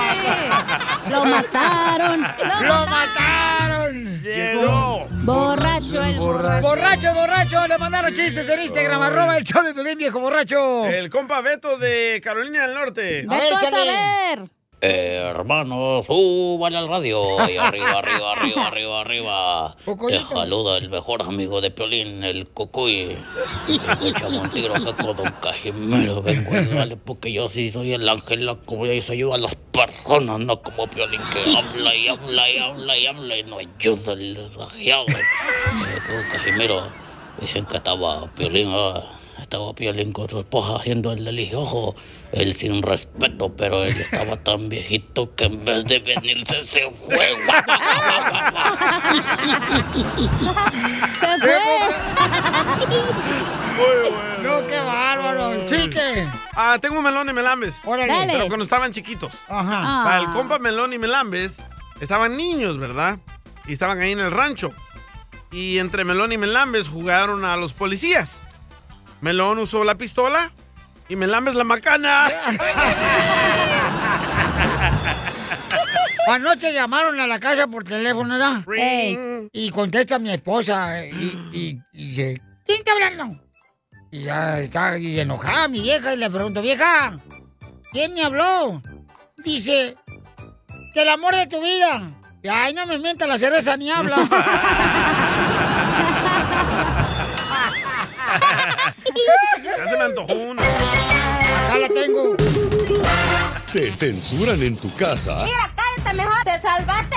¡Lo mataron!
¡Lo mataron!
Llegó.
Borracho el borracho.
Borracho, borracho. Le mandaron chistes en Instagram. Arroba el show de Pelín, viejo borracho.
El compa Beto de Carolina del Norte.
A ver, échale.
Eh, hermanos, suban al radio. Y arriba, arriba, arriba, arriba, arriba. Te saluda el mejor amigo de Piolín, el Cucuy. Soy Chamontiro acá con Don Cajimero. Vengo a ayudarle porque yo sí soy el ángel de la comunidad y se ayuda a las personas, no como Piolín que habla y habla y habla y habla y no ayuda el rajeado. Eh, Don Cajimero, dicen que estaba Piolín, ah, estaba Piolín con su esposa haciendo el religioso, él sin respeto, pero él estaba tan viejito que en vez de venirse se fue.
¡Se
fue! No, qué bárbaro. Chique.
Ah, tengo un melón y melambes.
Órale. Dale.
Pero cuando estaban chiquitos.
Ajá.
Ah.
Para el compa melón y melambes, estaban niños, ¿verdad? Y estaban ahí en el rancho. Y entre melón y melambes jugaron a los policías. Melón usó la pistola y melambes la macana.
Anoche llamaron a la casa por teléfono, ¿verdad?
Ring.
Y contesta mi esposa y, y- y dice, ¿quién está hablando? Y ya está y enojada mi vieja y le pregunto, vieja, ¿quién me habló? Dice, que el amor de tu vida. Y, Ay, no me mienta la cerveza ni habla.
Ya se me antojó una.
Acá la tengo.
¿Te censuran en tu casa?
cállate mejor. Te salvaste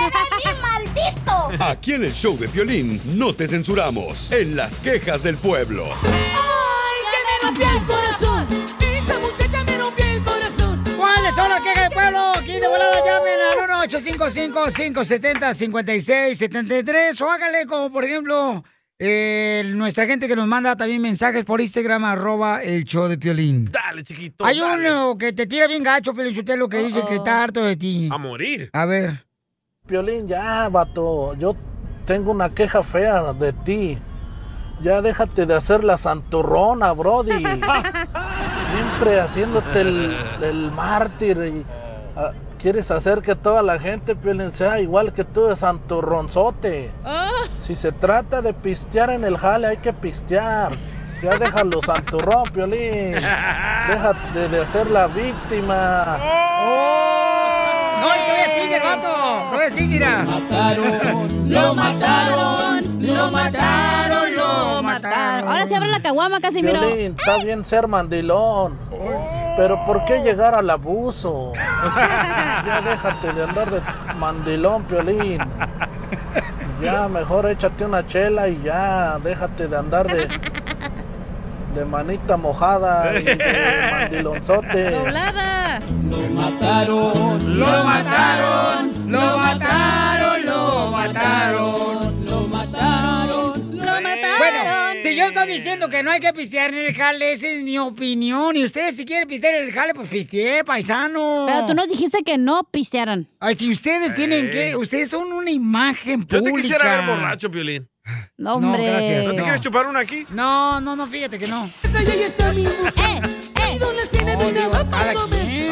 de mí, maldito.
Aquí en el show de violín no te censuramos. En las quejas del pueblo.
¡Ay, que me rompió el corazón! ¡Esa muchacha me rompió el corazón!
¿Cuáles son las quejas del pueblo? Aquí de volada llamen al 1-855-570-5673 o hágale como, por ejemplo, eh, nuestra gente que nos manda también mensajes por Instagram, arroba el show de Piolín.
Dale, chiquito.
Hay
dale.
uno que te tira bien gacho, Pelichotelo, que dice que está harto de ti.
A morir.
A ver.
Piolín, ya, vato, yo tengo una queja fea de ti. Ya déjate de hacer la santurrona, Brody. Siempre haciéndote el, el mártir y ah, quieres hacer que toda la gente Piolín, sea igual que tú de santurronzote. Si se trata de pistear en el jale, hay que pistear. Ya déjalo santurrón, Piolín. Déjate de hacer la víctima.
No, y todavía sigue el vato. Todavía sigue, mira.
Lo mataron, lo mataron, lo
mataron. Ahora sí abre la caguama, Casimiro.
Piolín, está bien ser mandilón. Pero ¿por qué llegar al abuso? Ya déjate de andar de mandilón, Piolín. Ya, mejor échate una chela y ya, déjate de andar de, de manita mojada y de mandilonzote.
mataron, lo mataron, lo mataron, lo mataron, lo mataron, lo mataron.
Bueno, si yo estoy diciendo que no hay que pistear en el jale, esa es mi opinión. Y ustedes si quieren pistear en el jale, pues pisteé, paisano.
Pero tú nos dijiste que no pistearan. Eh.
Ay, que ustedes tienen que... Ustedes son una imagen
Yo
pública. Eh.
te quisiera ver borracho, Piolín.
No, hombre.
¿No te quieres chupar una aquí?
No, no, no, fíjate que no.
Eh,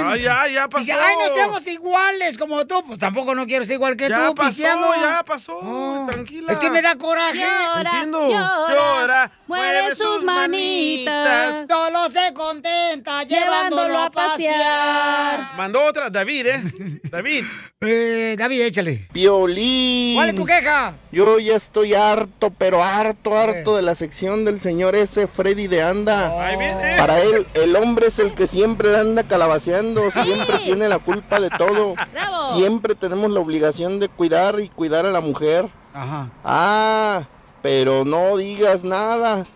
Ay, ya, ya pasó.
Dice, ay, no seamos iguales como tú. Pues tampoco no quiero ser igual que
Ya
tú,
pasó,
pisteando.
ya pasó. Tranquila.
Es que me da coraje.
Llora,
Entiendo.
llora,
Llora,
mueve sus manitas.
Solo se contenta llevándolo a pasear.
Mandó otra, David, ¿eh? David.
Eh, David, échale.
Violín.
¿Cuál es tu queja?
Yo ya estoy harto, pero harto, harto de la sección del señor ese Freddy de Anda. Para él, el hombre es el que siempre la anda calabaceando, siempre tiene la culpa de todo. Siempre tenemos la obligación de cuidar y cuidar a la mujer.
Ajá.
Ah, pero no digas nada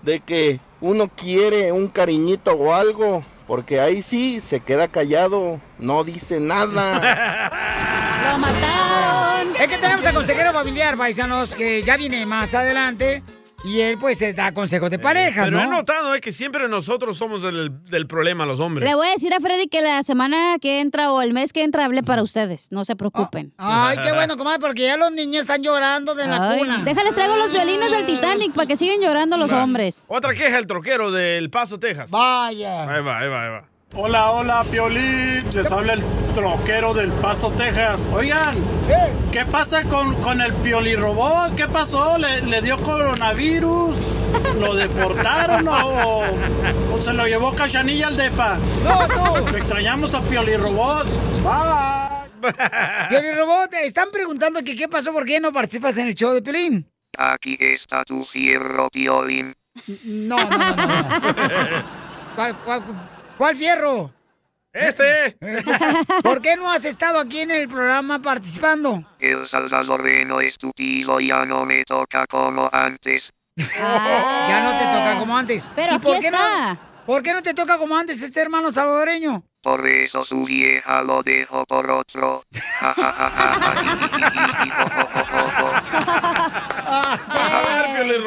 de que uno quiere un cariñito o algo, porque ahí sí se queda callado, no dice nada.
Lo mataron.
Es que tenemos a consejero familiar, paisanos, que ya viene más adelante. Y él, pues, les da consejos de pareja,
Pero he
¿no?
notado eh, que siempre nosotros somos el, del problema, los hombres.
Le voy a decir a Freddy que la semana que entra o el mes que entra hablé para ustedes. No se preocupen.
Ah, Ay, qué bueno, comadre, porque ya los niños están llorando de la
Ay,
cuna.
Déjales traigo los violines del Titanic para que sigan llorando los
Va.
hombres.
Otra queja, el troquero del Paso, Texas.
Vaya.
Ahí va, ahí va, ahí va.
Hola, hola, Piolín. Les habla el troquero del Paso, Texas. Oigan, ¿qué pasa con, con el Piolirobot? ¿Qué pasó? ¿Le, le dio coronavirus? ¿Lo deportaron o, o se lo llevó Cachanilla al depa? No, no. Lo extrañamos a Piolirobot.
Piolín Robot, están preguntando que qué pasó, por qué no participas en el show de Pelín.
Aquí está tu fierro, Piolín.
No, no, no. no. ¿Cuál, cuál, cuál fierro?
Este.
¿Por qué no has estado aquí en el programa participando?
El salvadoreño estúpido ya no me toca como antes.
Ya no te toca como antes.
Eh, Pero
¿Y por
aquí
qué no?
está.
¿Por qué no te toca como antes este hermano salvadoreño?
Por eso su vieja lo dejo por otro. Ja, ja, ja, ja, ja, ji, ji, ji, ji, jo, jo, jo, jo, jo. Ja, ja, ja, ja,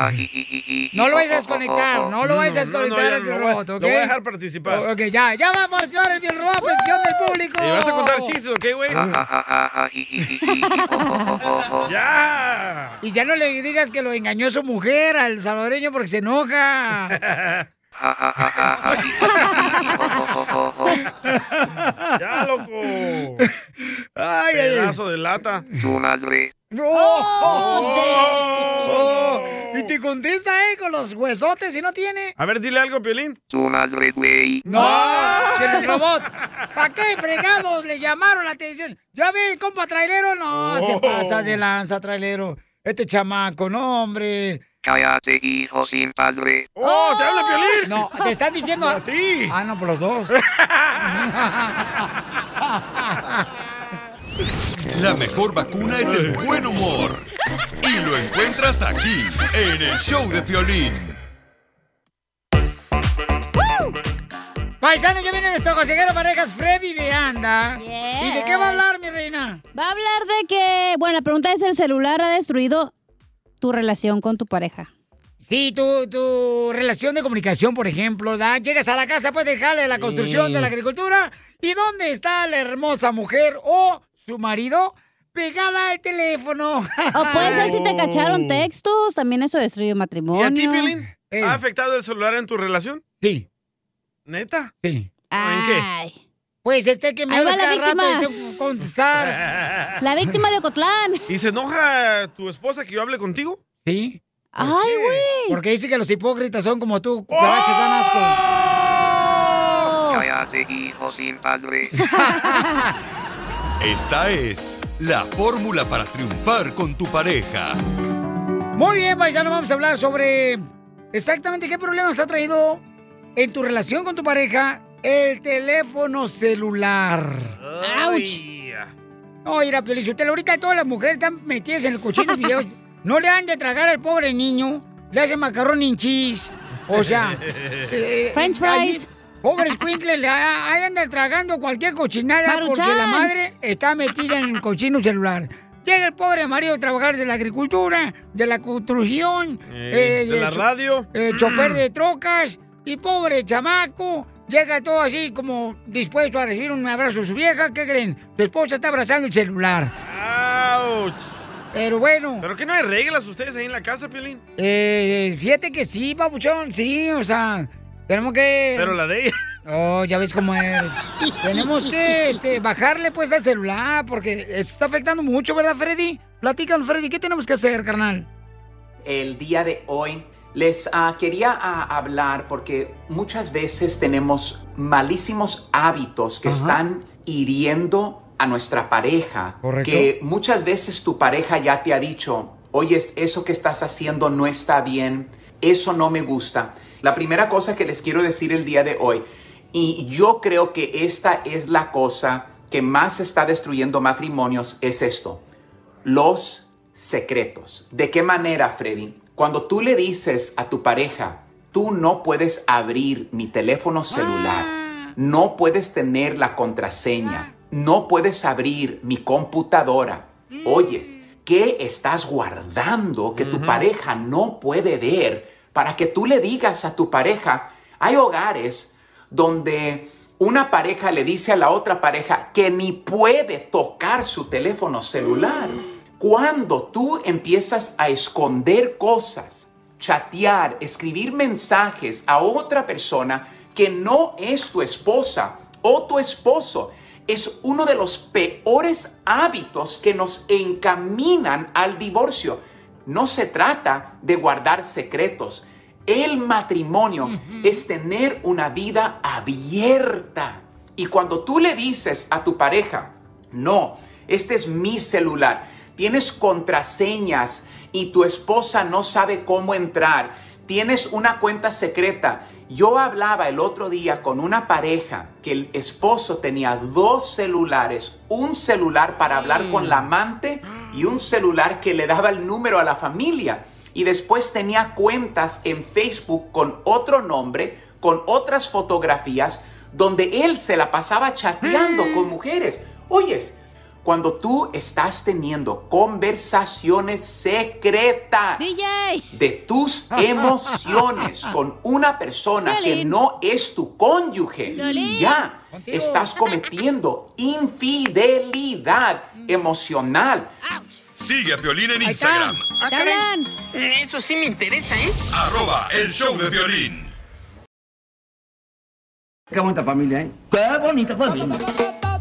ja, ji, ji, ji, ji, ji,
No lo
jo,
vayas a
jo, jo,
desconectar,
jo.
no lo vayas a desconectar
ya
al
no, lo
Piel
voy a-
Robot, ¿ok?
Lo voy a dejar participar.
Ok, ya, ya va a participar el Piel Robot, atención
¡Uh!
del público. Ah.
Y vas a contar chistes, ¿ok, güey?
Ja, ja, ja, ja, ja, ji, ji, ji, ji, ji, jo, jo, jo, jo, jo.
Ah.
Y ya no le digas que lo engañó su mujer al salvadoreño porque se enoja.
Ja, ja, ja, ja, ja, ji, ji, ji, ji, ji, jo, jo, jo, jo.
Ya, loco.
Ay,
ay.
Pedazo de lata.
Tu madre.
¡No! Oh. Y te contesta, ¿eh? Con los huesotes y no tiene.
A ver, dile algo, Piolín.
Tu madre, güey.
Ah,
Ah.
El robot. ¿Para qué fregados le llamaron la atención? Ya ve, compa trailero, no, se
Oh.
pasa de lanza, trailero. Este chamaco, no, hombre.
Cállate, hijo sin padre.
¡Oh, te habla Piolín!
No, te están diciendo... A ti. Ah, no, por los dos.
La mejor vacuna es el buen humor. Y lo encuentras aquí, en el show de Piolín.
Paisano, ya viene nuestro consejero de parejas, Freddy de Anda. ¿Y de qué va a hablar, mi reina?
Va a hablar de que, bueno, la pregunta es, ¿el celular ha destruido tu relación con tu pareja?
Sí, tu, tu relación de comunicación, por ejemplo, ¿verdad? Llegas a la casa, puedes dejarle de la construcción,
Sí.
de la agricultura. ¿Y dónde está la hermosa mujer o su marido pegada al teléfono.
O puede ser si pues, te cacharon textos, también eso destruye matrimonio.
¿Y a ti, Piolín? ¿Ha afectado el celular en tu relación?
Eh. Sí.
¿Neta?
Sí.
¿En qué?
Pues este que me
Ahí Ah, va
hablas
la
cada rato y
víctima.
tengo que contestar.
La víctima de Ocotlán.
¿Y se enoja tu esposa que yo hable contigo?
Sí.
Ay, güey.
Porque dice que los hipócritas son como tú, cucarachas dan asco.
Cállate, hijo sin padre.
Esta es la fórmula para triunfar con tu pareja.
Muy bien, paisano, vamos a hablar sobre exactamente qué problemas ha traído en tu relación con tu pareja el teléfono celular. No, mira, Pielichotelo, ahorita todas las mujeres están metidas en el cochino video. No le han de tragar al pobre niño, le hacen macarrón en cheese, o sea... eh,
French fries.
Pobres Quinkles, ahí andan tragando cualquier cochinada porque
Maruchan.
la madre está metida en el cochino celular. Llega el pobre marido a trabajar de la agricultura, de la construcción,
Eh, de la
cho-
radio. Mm.
eh, chofer de trocas y pobre chamaco. Llega todo así como dispuesto a recibir un abrazo de su vieja. ¿Qué creen? Su esposa está abrazando el celular.
¡Auch!
Pero bueno.
¿Pero que no hay reglas ustedes ahí en la casa, Piolín?
Eh, fíjate que sí, papuchón, sí, o sea, tenemos que...
Pero la de ella.
Oh, ya ves cómo es. tenemos que este, bajarle pues al celular porque eso está afectando mucho, ¿verdad, Freddy? Platícanos, Freddy, ¿qué tenemos que hacer, carnal?
el día de hoy les ah, quería ah, hablar porque muchas veces tenemos malísimos hábitos que están hiriendo a nuestra pareja.
Correcto.
Que muchas veces tu pareja ya te ha dicho, oye, eso que estás haciendo no está bien, eso no me gusta. La primera cosa que les quiero decir el día de hoy, y yo creo que esta es la cosa que más está destruyendo matrimonios, es esto los secretos. ¿De qué manera, Freddy? Cuando tú le dices a tu pareja, tú no puedes abrir mi teléfono celular, no puedes tener la contraseña, no puedes abrir mi computadora. Oyes, ¿qué estás guardando que tu pareja no puede ver para que tú le digas a tu pareja? Hay hogares donde una pareja le dice a la otra pareja que ni puede tocar su teléfono celular. Cuando tú empiezas a esconder cosas, chatear, escribir mensajes a otra persona que no es tu esposa o tu esposo, es uno de los peores hábitos que nos encaminan al divorcio. No se trata de guardar secretos. El matrimonio es tener una vida abierta. Y cuando tú le dices a tu pareja, no, este es mi celular, tienes contraseñas y tu esposa no sabe cómo entrar, tienes una cuenta secreta. Yo hablaba el otro día con una pareja que el esposo tenía dos celulares, un celular para hablar con la amante y un celular que le daba el número a la familia y después tenía cuentas en Facebook con otro nombre, con otras fotografías, donde él se la pasaba chateando
Mm.
con mujeres. Oyes, cuando tú estás teniendo conversaciones secretas de tus emociones con una persona que
Violín.
no es tu cónyuge,
Violín.
ya
Contigo.
estás cometiendo infidelidad
Mm.
emocional.
Sigue a Piolín en Instagram,
Ah, Eh, Eso sí me interesa, ¿eh?
arroba el show de violín.
Qué bonita familia, ¿eh? Qué bonita familia.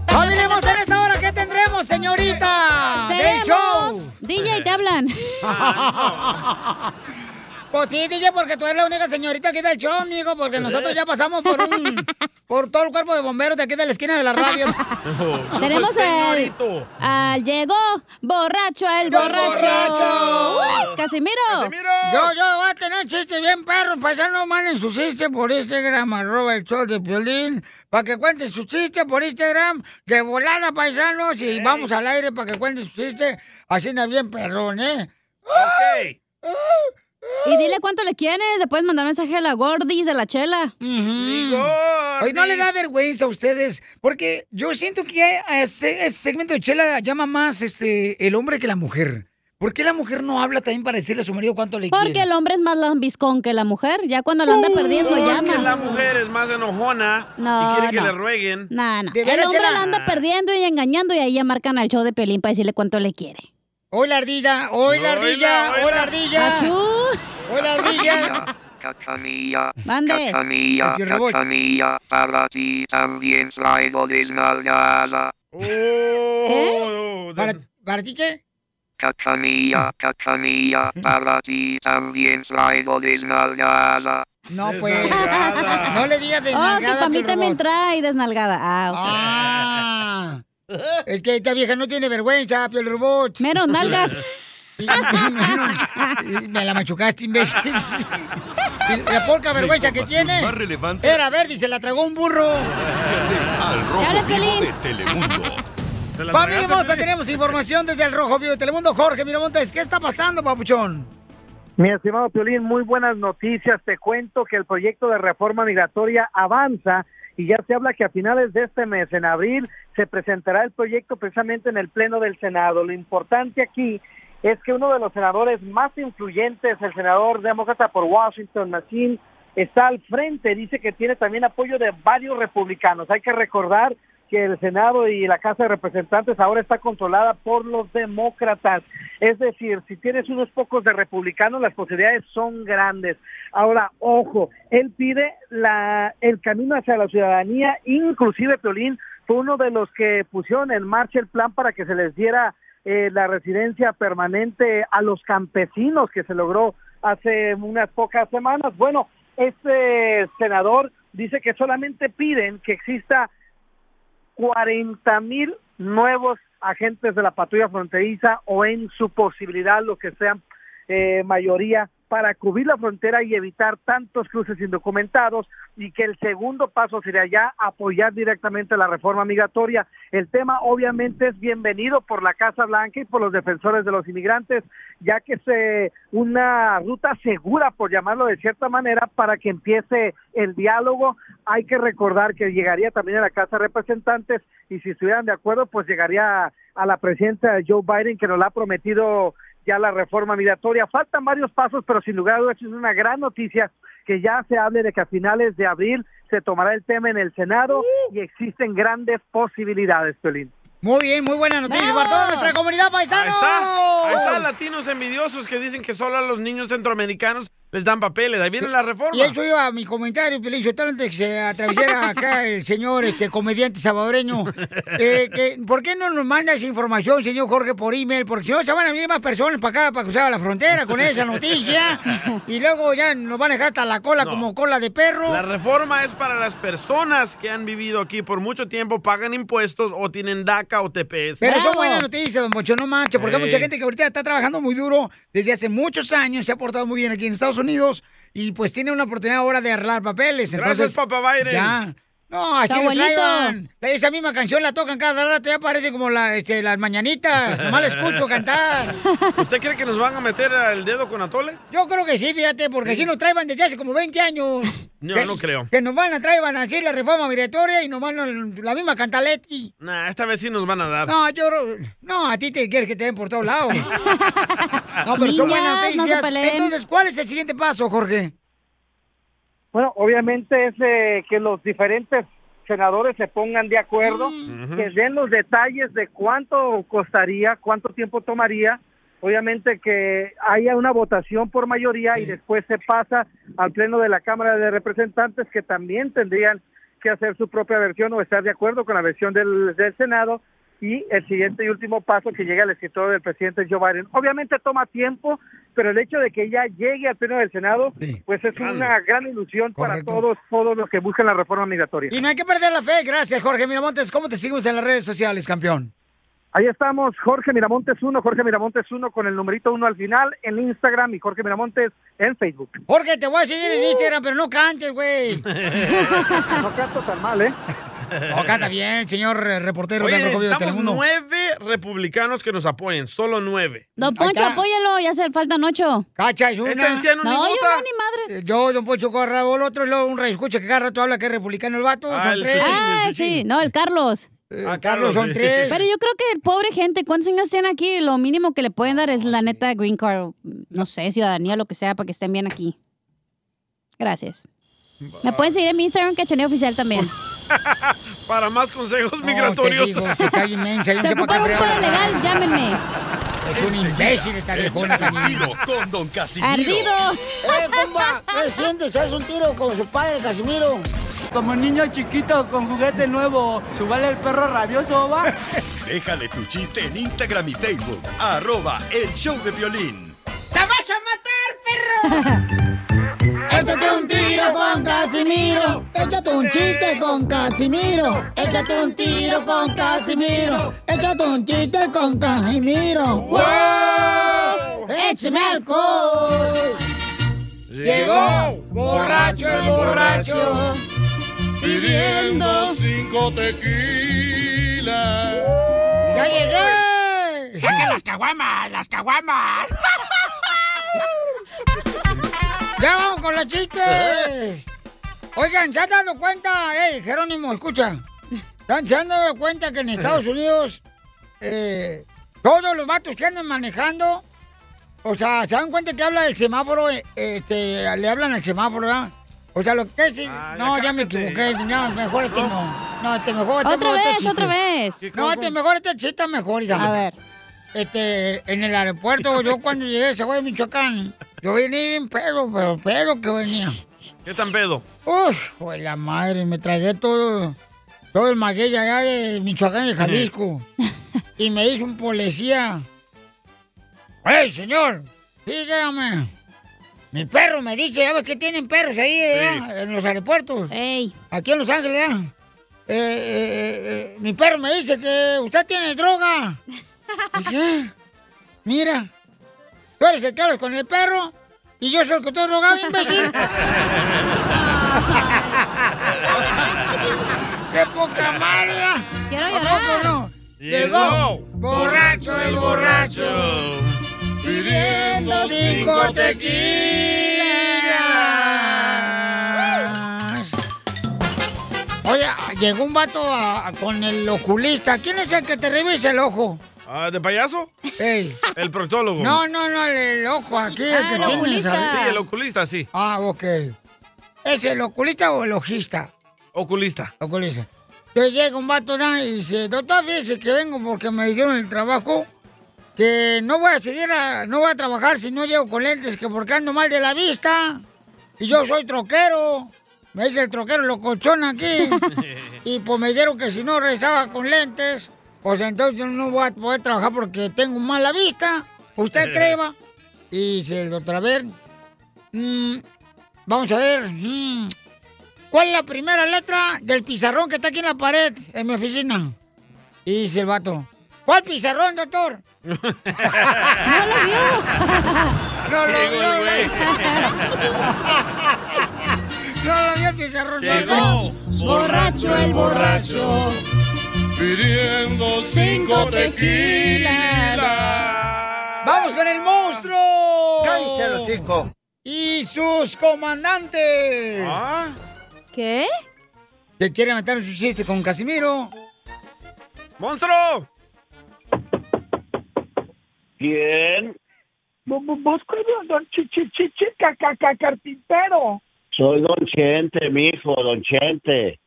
¡Familia hermosa, en esta hora qué tendremos, señorita! ¡Del show!
Tenemos DJ, te hablan.
Pues sí, DJ, porque tú eres la única señorita aquí del show, amigo, porque nosotros ya pasamos por un... Por todo el cuerpo de bomberos de aquí de la esquina de la radio.
Tenemos
pues,
al, al llegó borracho, el borracho. Uy, ¡Casimiro!
Yo, yo voy a tener chistes bien perros, pasando mal en su chiste por Instagram, arroba el show de Piolín, para que cuente su chiste por Instagram, de volada, paisanos, y vamos al aire para que cuente su chiste, así no bien perrón, ¿eh?
Ok.
Y dile cuánto le quieres, después mandar mensaje a la Gordis, a la Chela.
Oye, ¿no le da vergüenza a ustedes? Porque yo siento que a ese, ese segmento de Chela llama más este el hombre que la mujer. ¿Por qué la mujer no habla también para decirle a su marido cuánto le quiere?
Porque el hombre es más lambiscón que la mujer. Ya cuando lo anda perdiendo,
Porque
llama.
la mujer es más enojona
No,
y quiere que
no.
le rueguen.
No, no.
¿De
El
veras,
hombre
Chela?
la anda perdiendo y engañando y ahí ya marcan al show de Pelín para decirle cuánto le quiere.
Hoy la ardilla, hoy la ardilla, hoy la ardilla.
Achú.
Hoy la ardilla.
Cachanilla,
Mande.
cachanilla,
Aquí, Rebol.
cachanilla, para ti también traigo desnalgada.
Oh,
¿Eh?
¿Qué? ¿Para, ¿Para ti qué?
Cachanilla, cachanilla, para ti también traigo desnalgada.
No, pues. No le digas
Oh, que
desnalgada.
para mí
Piolín.
también trae desnalgada. Ah,
Ah. Es que esta vieja no tiene vergüenza, Piel Robot.
Menos nalgas.
Me la machucaste, imbécil. La poca vergüenza que tiene.
más relevante.
Era verde y se la tragó un burro.
Al rojo vivo de Telemundo.
Familia hermosa, tenemos información desde el Rojo Vivo de Telemundo. Jorge Miramontes, ¿qué está pasando, papuchón?
Mi estimado Piolín, muy buenas noticias. Te cuento que el proyecto de reforma migratoria avanza y ya se habla que a finales de este mes, en abril, se presentará el proyecto precisamente en el Pleno del Senado. Lo importante aquí es que uno de los senadores más influyentes, el senador demócrata por Washington, Machín, está al frente. Dice que tiene también apoyo de varios republicanos. Hay que recordar que el Senado y la Casa de Representantes ahora está controlada por los demócratas. Es decir, si tienes unos pocos de republicanos, las posibilidades son grandes. Ahora, ojo, él pide la, el camino hacia la ciudadanía, inclusive Piolín fue uno de los que pusieron en marcha el plan para que se les diera eh, la residencia permanente a los campesinos que se logró hace unas pocas semanas. Bueno, este senador dice que solamente piden que exista 40 mil nuevos agentes de la patrulla fronteriza o en su posibilidad lo que sean eh, mayoría para cubrir la frontera y evitar tantos cruces indocumentados y que el segundo paso sería ya apoyar directamente la reforma migratoria. El tema obviamente es bienvenido por la Casa Blanca y por los defensores de los inmigrantes, ya que es una ruta segura, por llamarlo de cierta manera, para que empiece el diálogo. Hay que recordar que llegaría también a la Casa de Representantes y si estuvieran de acuerdo, pues llegaría a la presidencia de Joe Biden, que nos la ha prometido ya la reforma migratoria. Faltan varios pasos, pero sin lugar a dudas es una gran noticia que ya se hable de que a finales de abril se tomará el tema en el Senado y existen grandes posibilidades, Piolín.
Uh. Muy bien, muy buena noticia
¡Bravo!
para toda nuestra comunidad
Ahí
paisanos.
está. Ahí están latinos envidiosos que dicen que solo a los niños centroamericanos les dan papeles. Ahí viene la reforma.
Y eso iba a mi comentario, Piolín, Sotelo, antes de que se atravesara acá el señor este comediante salvadoreño. Eh, que, ¿Por qué no nos manda esa información, señor Jorge, por email? Porque si no, se van a venir más personas para acá, para cruzar la frontera con esa noticia. Y luego ya nos van a dejar hasta la cola
No.
como cola de perro.
La reforma es para las personas que han vivido aquí por mucho tiempo, pagan impuestos o tienen DACA o TPS.
Pero son buenas noticias, don Poncho, no manches, porque hay mucha
Ey.
gente que ahorita está trabajando muy duro desde hace muchos años, se ha portado muy bien aquí en Estados Unidos y pues tiene una oportunidad ahora de arreglar papeles.
Gracias,
Entonces,
papá Biden.
Ya. No, así
Tu
Ah, lo
abuelito.
traigan. La- Esa misma canción la tocan cada rato, ya parece como la, este, las mañanitas, nomás la escucho cantar.
¿Usted cree que nos van a meter el dedo con Atole?
Yo creo que sí, fíjate, porque si nos traían desde hace como 20 años.
No,
Que-
no creo.
Que nos van a traer, van a hacer la reforma migratoria y nos van a la misma cantaletti.
Nah, esta vez sí nos van a dar.
No, yo... No, a ti te quieres que te den por todos lados.
Ah,
No, pero son
Niñas,
buenas
no se
noticias.
peleen.
Entonces, ¿cuál es el siguiente paso, Jorge?
Bueno, obviamente es eh, que los diferentes senadores se pongan de acuerdo,
Mm.
que den los detalles de cuánto costaría, cuánto tiempo tomaría. Obviamente que haya una votación por mayoría y después se pasa al pleno de la Cámara de Representantes que también tendrían que hacer su propia versión o estar de acuerdo con la versión del, del Senado y el siguiente y último paso que llega al escritorio del presidente Joe Biden. Obviamente toma tiempo, pero el hecho de que ya llegue al pleno del Senado, pues es una gran ilusión para todos, todos los que buscan la reforma migratoria.
Y no hay que perder la fe. Gracias, Jorge Miramontes. ¿Cómo te seguimos en las redes sociales, campeón?
Ahí estamos, Jorge Miramontes 1, Jorge Miramontes 1 con el numerito 1 al final en Instagram y Jorge Miramontes en Facebook.
Jorge, te voy a seguir en Instagram, pero no cantes, güey.
Oh. no canto tan mal, ¿eh?
No, Oh, canta bien, señor eh, reportero
Oye,
del Rojo Vivo de
necesitamos
Telemundo.
nueve republicanos que nos apoyen, solo nueve.
Don Poncho, apóyalo, ya se faltan ocho.
Cacha, es
Este anciano
no,
ni
yo
vota.
no, ni madre.
Eh, Yo, Don Poncho Corrabo, el otro, y luego un escucha que cada rato habla que es republicano el vato.
Ah, sí, no, el Carlos.
a Ah, eh, Carlos son tres.
Pero yo creo que pobre gente, ¿cuántos años tienen aquí? Lo mínimo que le pueden dar es la neta green card, no sé, ciudadanía, lo que sea, para que estén bien aquí. Gracias. Me pueden seguir en mi Instagram, cachaneo oficial también.
Para más consejos migratorios.
digo, se cae inmensa,
Se ocupa un legal, llámenme.
Es un imbécil esta viejona también.
con Don Casimiro.
¡Eh, compa! ¿Qué sientes? ¿Haz un tiro con su padre, Casimiro?
Como niño chiquito con juguete nuevo, subale el perro rabioso, va.
Déjale tu chiste en Instagram y Facebook. Arroba el show de violín.
¡Te vas a matar, perro!
Échate un tiro con Casimiro. Échate un chiste con Casimiro. Échate un tiro con Casimiro. Échate un chiste con Casimiro. ¡Wow! ¡Échame alcohol!
Llegó borracho el borracho
pidiendo
cinco tequilas.
¡Ya llegué!
¡Saca las caguamas, las caguamas!
¡Ya vamos con los chistes! Oigan, ¿se han dado cuenta? ¡Ey, Jerónimo, escucha! ¿Se han- ¿Se han dado cuenta que en Estados Unidos eh, todos los vatos que andan manejando, o sea, ¿se dan cuenta que habla del semáforo? eh, Este, le hablan al semáforo, ¿verdad? O sea, lo que es... no, ya, me equivoqué. No, mejor este no. No, este mejor este
Otra
mejor este
vez,
chiste.
otra vez. Sí,
No,
¿cómo,
este
cómo?
mejor este chiste está mejor, ya.
A ver.
Este, en el aeropuerto, yo cuando llegué se fue a Michoacán, yo venía en pedo, pero pedo que venía.
¿Qué tan pedo?
Uf, pues la madre, me tragué todo, todo el maguey allá de Michoacán y Jalisco. y me hizo un policía. ¡Ey, señor! Dígame. Mi perro me dice, ya ves que tienen perros ahí ¿verdad? en los aeropuertos. Aquí en Los Ángeles, ¿verdad? Eh, eh, eh, eh, mi perro me dice que usted tiene droga. Dije, "Ah, Mira, tú eres el que hablas con el perro y yo soy el que estoy drogado, imbécil. ¡Qué poca madre! ¿verdad?
Quiero
¿A
llorar.
poco no? Llegó borracho el borracho pidiendo cinco tequilas. Oye, llegó un vato a- a- con el oculista. ¿Quién es el que te revisa el ojo?
Ah, ¿De payaso?
Ey.
El proctólogo.
No, no, no, el, el ojo aquí, Ah, el que tiene
Sí, el Oh. Ah, oculista, sí.
Ah, ok. ¿Es el oculista o el ojista?
Oculista.
Oculista. Entonces llega un vato ¿no? y dice, doctor, fíjese que vengo porque me dijeron en el trabajo que no voy a seguir, a- no voy a trabajar si no llevo con lentes, que porque ando mal de la vista. Y yo soy troquero. Me dice el troquero locochón aquí. y pues me dijeron que si no regresaba con lentes, pues entonces yo no voy a poder trabajar porque tengo mala vista. ¿Usted crema? Y dice el doctor, a ver, mm, vamos a ver. mm, ¿Cuál es la primera letra del pizarrón que está aquí en la pared en mi oficina? Y dice el vato, ¿cuál pizarrón, doctor? no lo vio. no lo
Llegó el
vio.
güey.
no lo vio el pizarrón.
Llegó borracho el borracho,
pidiendo
cinco tequilas.
¡Vamos con el monstruo!
Cállense los
chicos! Y sus comandantes.
Ah.
¿Qué?
¿Te quiere meter en su chiste con Casimiro?
¡Monstruo!
¿Quién? Busco el don carpintero.
Soy Don Chente, mijo, Don Chente.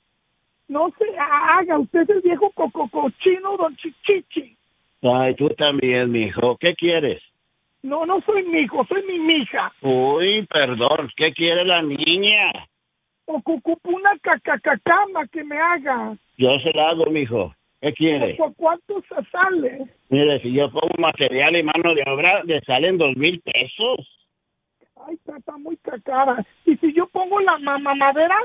No se haga, usted es el viejo coco cochino, don Chichichi.
Ay, tú también, mijo. ¿Qué quieres?
No, no soy mi hijo, soy mi mija.
Uy, perdón. ¿Qué quiere la niña?
Ocupo una cacacacama que me haga.
Yo se la hago, mijo. ¿Qué quiere?
¿Cu- ¿Cuánto se sale?
Mire, si yo pongo material y mano de obra, le salen dos mil pesos.
Ay, está, está muy cacara. ¿Y si yo pongo la ma- mamadera?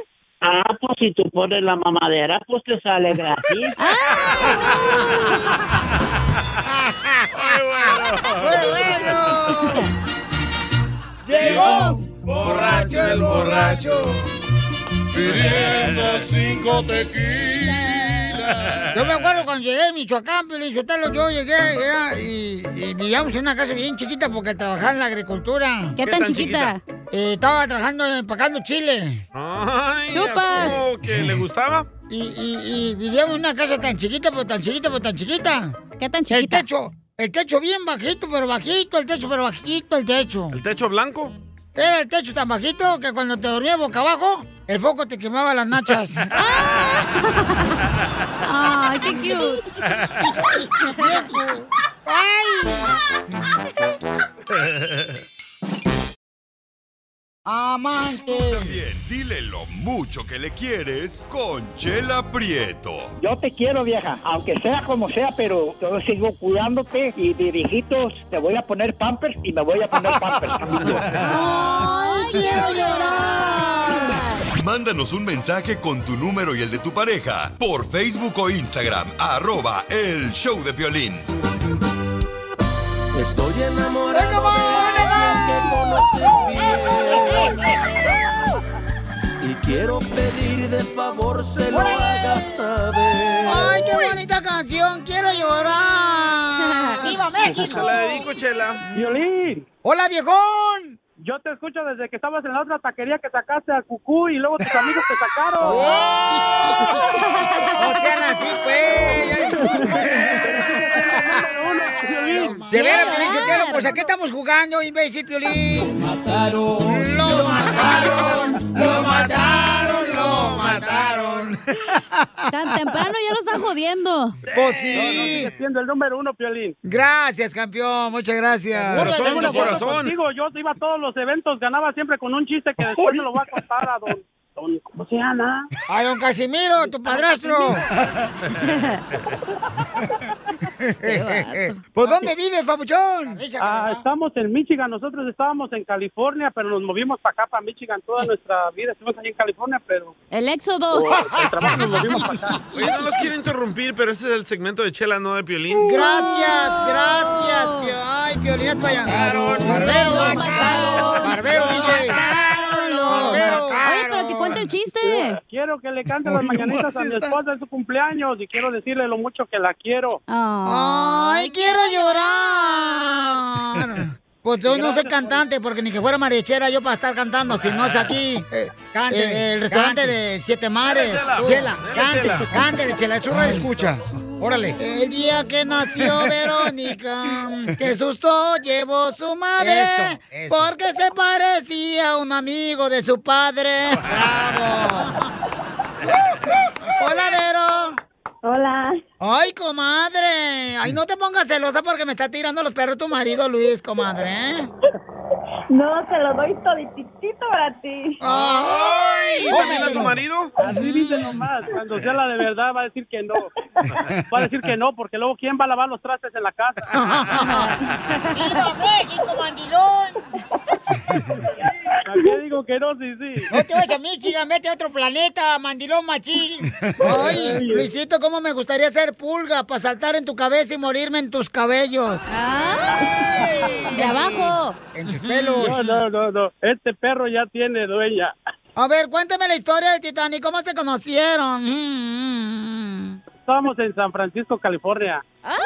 Ah, pues si tú pones la mamadera, pues te sale gratis.
Llegó borracho el borracho, pidiendo cinco
Yo me
tequilas.
acuerdo cuando llegué a Michoacán, Pio Lizotelo, yo llegué ya, y, y vivíamos en una casa bien chiquita porque trabajaba en la agricultura.
¿Qué ¿Qué tan tan chiquita?
Eh, estaba trabajando empacando chile.
Ay,
¡Chupas!
¿a poco que le gustaba?
y, y- y vivíamos en una casa tan chiquita, pero tan chiquita, pero tan chiquita.
¿Qué tan
chiquita? El techo, el techo bien bajito, pero bajito, el techo, pero bajito, el techo.
¿El techo blanco?
Era el techo tan bajito que cuando te dormías boca abajo, el foco te quemaba las nachas.
¡Ay, qué cute!
Amante.
Dile lo mucho que le quieres con Chela Prieto.
Yo te quiero, vieja, aunque sea como sea, pero yo sigo cuidándote y de viejitos te voy a poner pampers y me voy a poner pampers.
¡Ay, quiero llorar!
Mándanos un mensaje con tu número y el de tu pareja por Facebook o Instagram, arroba el show de violín.
Estoy enamorado
Y quiero pedir de favor se
lo hagas
saber.
¡Ay, qué bonita canción! ¡Quiero llorar! ¡Viva México!
Se la dedico, Chela.
¡Violín! ¡Hola, viejón!
Yo te escucho desde que estabas en la otra taquería que sacaste a Cucú y luego tus amigos te sacaron.
Oh. ¡No sean así, pues! De veras, Piolín Sotelo, pues ¿a qué estamos jugando, imbécil, Piolín? Lo mataron, lo mataron, lo mataron, lo mataron.
Tan temprano ya lo están jodiendo.
Pues sí.
No, no, sigue siendo el número uno, Piolín.
Gracias, campeón, muchas gracias.
Tengo una foto contigo, yo iba a todos los eventos, ganaba siempre con un chiste que después me lo voy a contar a don... don- ¿Cómo se llama?
A don Casimiro, tu padrastro. ¿Por dónde vives, papuchón?
Ah, estamos en Michigan, nosotros estábamos en California, pero nos movimos para acá, para Michigan, toda nuestra vida estuvimos allí en California, pero...
El éxodo.
Oh, el
Ah,
trabajo nos movimos para acá.
Oye, no los quiero interrumpir, pero este es el segmento de Chela, no de Piolín.
Uh, Gracias, gracias. Pio- Ay, Piolín, hazte para allá. Barbero, Barbero, DJ. Barbero.
Oye, pero que cuente el chiste. Quiero que le cante las
Oye,
mañanitas
nomás
a mi
está-
esposa en su cumpleaños y quiero decirle lo mucho que la quiero. Ah.
Ay, quiero llorar. Pues yo no soy cantante, porque ni que fuera marichera yo para estar cantando, si no es aquí. eh,
Cántele,
eh, el restaurante
cántele.
de Siete Mares.
Dele, Chela, dele,
Chela, cántele,
Chela.
cántele, Chela, es una escucha. Órale. El día que nació Verónica, que susto llevó su madre,
Eso, eso.
porque se parecía a un amigo de su padre. ¡Bravo! Hola, Vero. Hola. Ay, comadre. Ay, no te pongas celosa porque me está tirando los perros tu marido, Luis, comadre. ¿eh?
No, se lo doy toditito para ti.
¡Ay! ¿Y también a tu
marido?
Así dice nomás, cuando sea la de verdad va a decir que no. Va a decir que no, porque luego ¿quién va a lavar los trastes en la casa?
¡Viva México, mandilón!
¿A qué digo que no? Sí, sí.
No te vayas a Michigan, vete a otro planeta, mandilón machín. Ay, Luisito, cómo me gustaría ser pulga para saltar en tu cabeza y morirme en tus cabellos.
de abajo.
En tus pelos.
No, no, no, no. Este perro ya tiene dueña.
A ver, cuéntame la historia del Titanic, ¿cómo se conocieron? Mm, mm, mm.
Estábamos en San Francisco, California.
Ah,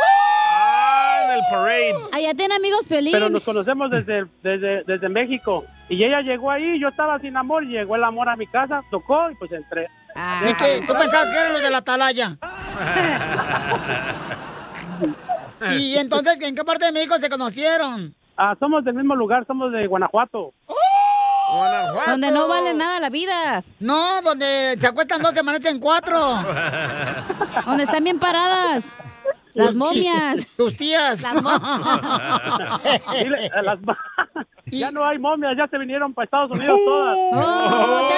en el parade.
Allá tiene amigos Pelín. Pero nos conocemos desde, desde, desde México. Y ella llegó ahí, yo estaba sin amor, llegó el amor a mi casa, tocó y pues entré.
Ah. ¿Y qué? ¿Tú pensabas que eran los de la atalaya? ¿Y entonces en qué parte de México se conocieron?
Ah, somos del mismo lugar, somos de Guanajuato.
Donde no vale nada la vida.
No, donde se acuestan dos, se amanecen cuatro.
Donde están bien paradas. Las momias.
Tus tías.
Las momias.
Dile, a las ma- ya no hay momias, ya se vinieron para Estados Unidos
Uh.
todas.
Oh,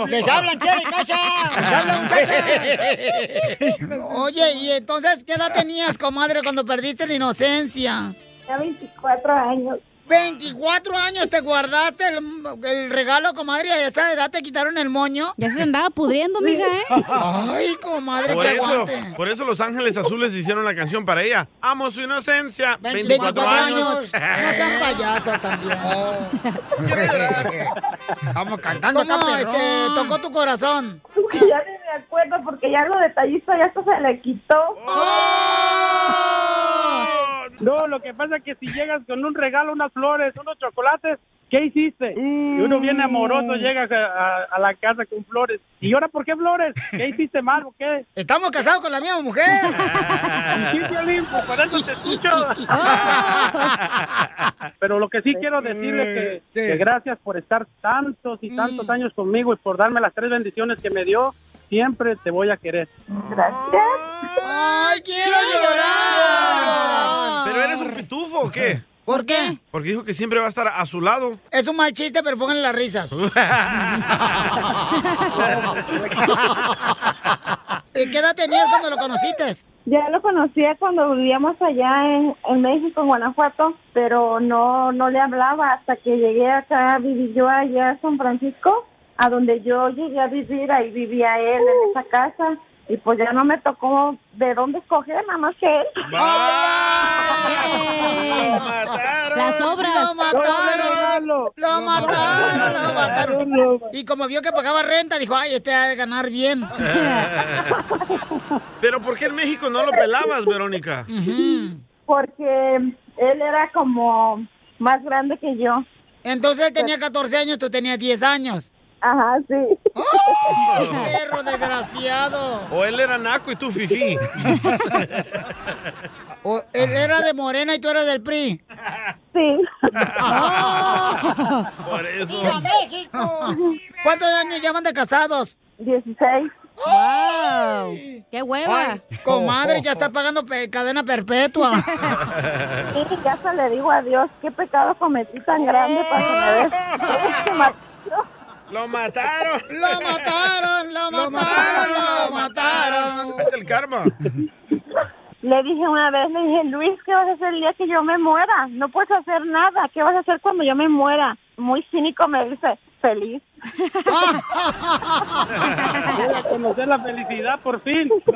Oh,
¡Les hablan, Chela y Cacha! ¡Les hablan, muchachas! Oye, ¿y entonces qué edad tenías, comadre, cuando perdiste la inocencia?
Ya 24 años.
24 años te guardaste el, el regalo, comadre, y a esa edad te quitaron el moño.
Ya se andaba pudriendo, mija, ¿eh?
Ay, comadre,
Por
que
eso,
aguante.
por eso Los Ángeles Azules hicieron la canción para ella. Amo su inocencia. 24, años.
No sean payasos también. Estamos cantando
acá,
¿Cómo,
perrón.
este, tocó tu corazón?
Ya ni me acuerdo porque ya lo detallista ya hasta se le quitó.
No, lo que pasa es que si llegas con un regalo, unas flores, unos chocolates, ¿qué hiciste?
Uh.
Y uno viene amoroso, llega a, a- a la casa con flores. ¿Y ahora por qué flores? ¿Qué hiciste mal o qué?
Estamos casados con la misma mujer.
Sí,
Oh.
Piolín, pues, por eso te escucho. Pero lo que sí quiero decirle que, que gracias por estar tantos y
Mm.
tantos años conmigo y por darme las tres bendiciones que me dio. Siempre te voy a querer. Gracias.
¡Ay, quiero llorar!
¿Pero eres un pitufo o qué?
¿Por qué?
Porque dijo que siempre va a estar a su lado.
Es un mal chiste, pero pónganle las risas. ¿Y ¿Qué edad tenías cuando lo conociste?
Ya lo conocía cuando vivíamos allá en, en México, en Guanajuato, pero no, no le hablaba hasta que llegué acá, viví yo allá en San Francisco, a donde yo llegué a vivir, ahí vivía él en esa casa, y pues ya no me tocó de dónde escoger, nada más que él.
Las obras.
Lo mataron. Lo mataron, lo mataron. Y como vio que pagaba renta, dijo, ay, este ha de ganar bien.
Pero ¿por qué en México no lo pelabas, Verónica?
Mm.
Porque Em, él era como más grande que yo.
Entonces él tenía 14 años, tú tenías 10 años.
Ajá, sí.
Perro desgraciado.
O él era naco y tú fifí.
O él era de Morena y tú eras del PRI.
Sí.
Oh.
Por eso.
¡Viva México! ¿Cuántos años llevan de casados?
16.
¡Wow!
¡Qué hueva!
comadre, ya está pagando pe- cadena perpetua.
Sí, ya se le digo a Dios, qué pecado cometí tan grande para que me des- que ma-
¡Lo mataron!
¡Lo mataron! ¡Lo mataron! ¡Lo mataron!
Este el karma.
Le dije una vez, le dije, Luis, ¿qué vas a hacer el día que yo me muera? No puedes hacer nada, ¿qué vas a hacer cuando yo me muera? Muy cínico me dice, feliz.
Voy a conocer la felicidad por fin.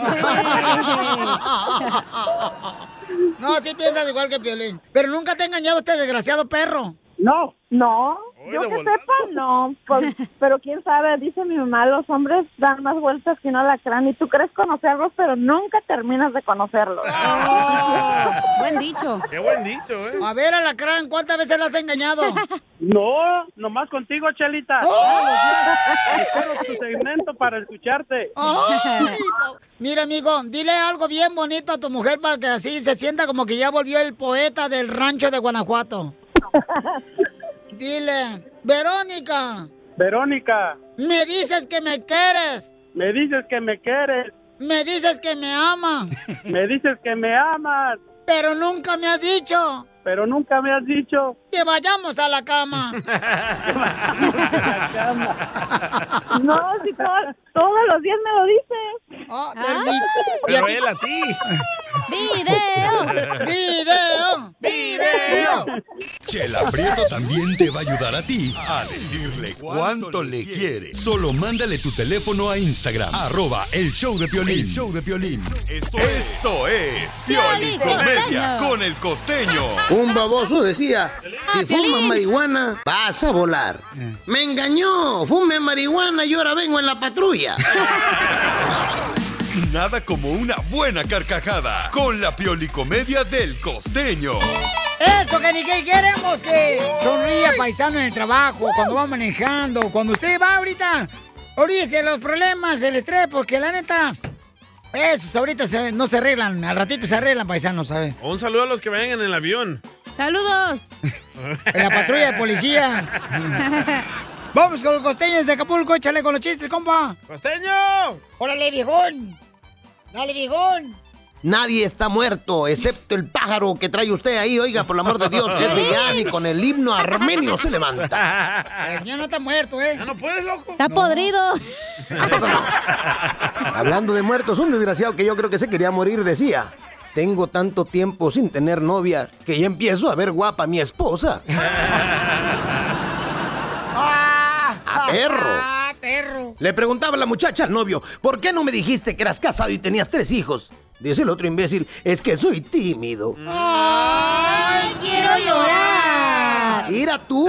No, sí piensas igual que Piolín. Pero nunca te ha engañado este desgraciado perro.
No, no, yo
de
que
volada.
sepa, no. Pues, pero quién sabe, dice mi mamá, los hombres dan más vueltas que un alacrán y tú crees conocerlos, pero nunca terminas de conocerlos.
Ah.
Buen dicho.
Qué buen dicho, ¿eh?
A ver, Alacrán, ¿cuántas veces la has engañado? ¡Oh!
No, nomás contigo, Chelita. Todos los días. Espero tu segmento para escucharte.
Ay, Mira, amigo, dile algo bien bonito a tu mujer para que así se sienta como que ya volvió el poeta del rancho de Guanajuato. Dile, Verónica,
Verónica,
me dices que me quieres,
me dices que me quieres,
me dices que me amas,
me dices que me amas,
pero nunca me has dicho
pero nunca me has dicho.
que vayamos a la cama.
No, si to- todos los días me lo dices.
Ah,
Ah. Pero él a ti.
¡Video!
¡Video!
¡Video!
Chela Prieto también te va a ayudar a ti a decirle cuánto le quiere. Solo mándale tu teléfono a Instagram, arroba el show de Piolín.
El
show de Piolín. Esto, esto es Pioli Comedia con el costeño.
Un baboso decía,
Ah,
si fumas marihuana, vas a volar. Me engañó, fume marihuana y ahora vengo en la patrulla.
Nada como una buena carcajada con la Pioli Comedia del costeño.
Eso, que ni que queremos que sonría paisano en el trabajo, cuando va manejando, cuando usted va ahorita. Olvídese de los problemas, el estrés, porque la neta, esos ahorita se- no se arreglan, al ratito se arreglan, paisano, ¿sabes?
Un saludo a los que vayan en el avión.
¡Saludos! En la patrulla de policía. Vamos con los costeños de Acapulco, échale con los chistes, compa.
¡Costeño!
¡Órale, viejón! ¡Dale, viejón!
Nadie está muerto, excepto el pájaro que trae usted ahí. Oiga, por el amor de Dios, ese ya ni con el himno armenio se levanta.
El mío no está muerto, ¿eh?
no puedes, loco.
Está podrido. Hablando de muertos, un desgraciado que yo creo que se quería morir decía, tengo tanto tiempo sin tener novia que ya empiezo a ver guapa a mi esposa.
¡Ah!
perro.
¡Ah, perro!
Le preguntaba la muchacha al novio, ¿por qué no me dijiste que eras casado y tenías tres hijos? Dice el otro imbécil, es que soy tímido.
¡Ay, quiero llorar!
Mira tú.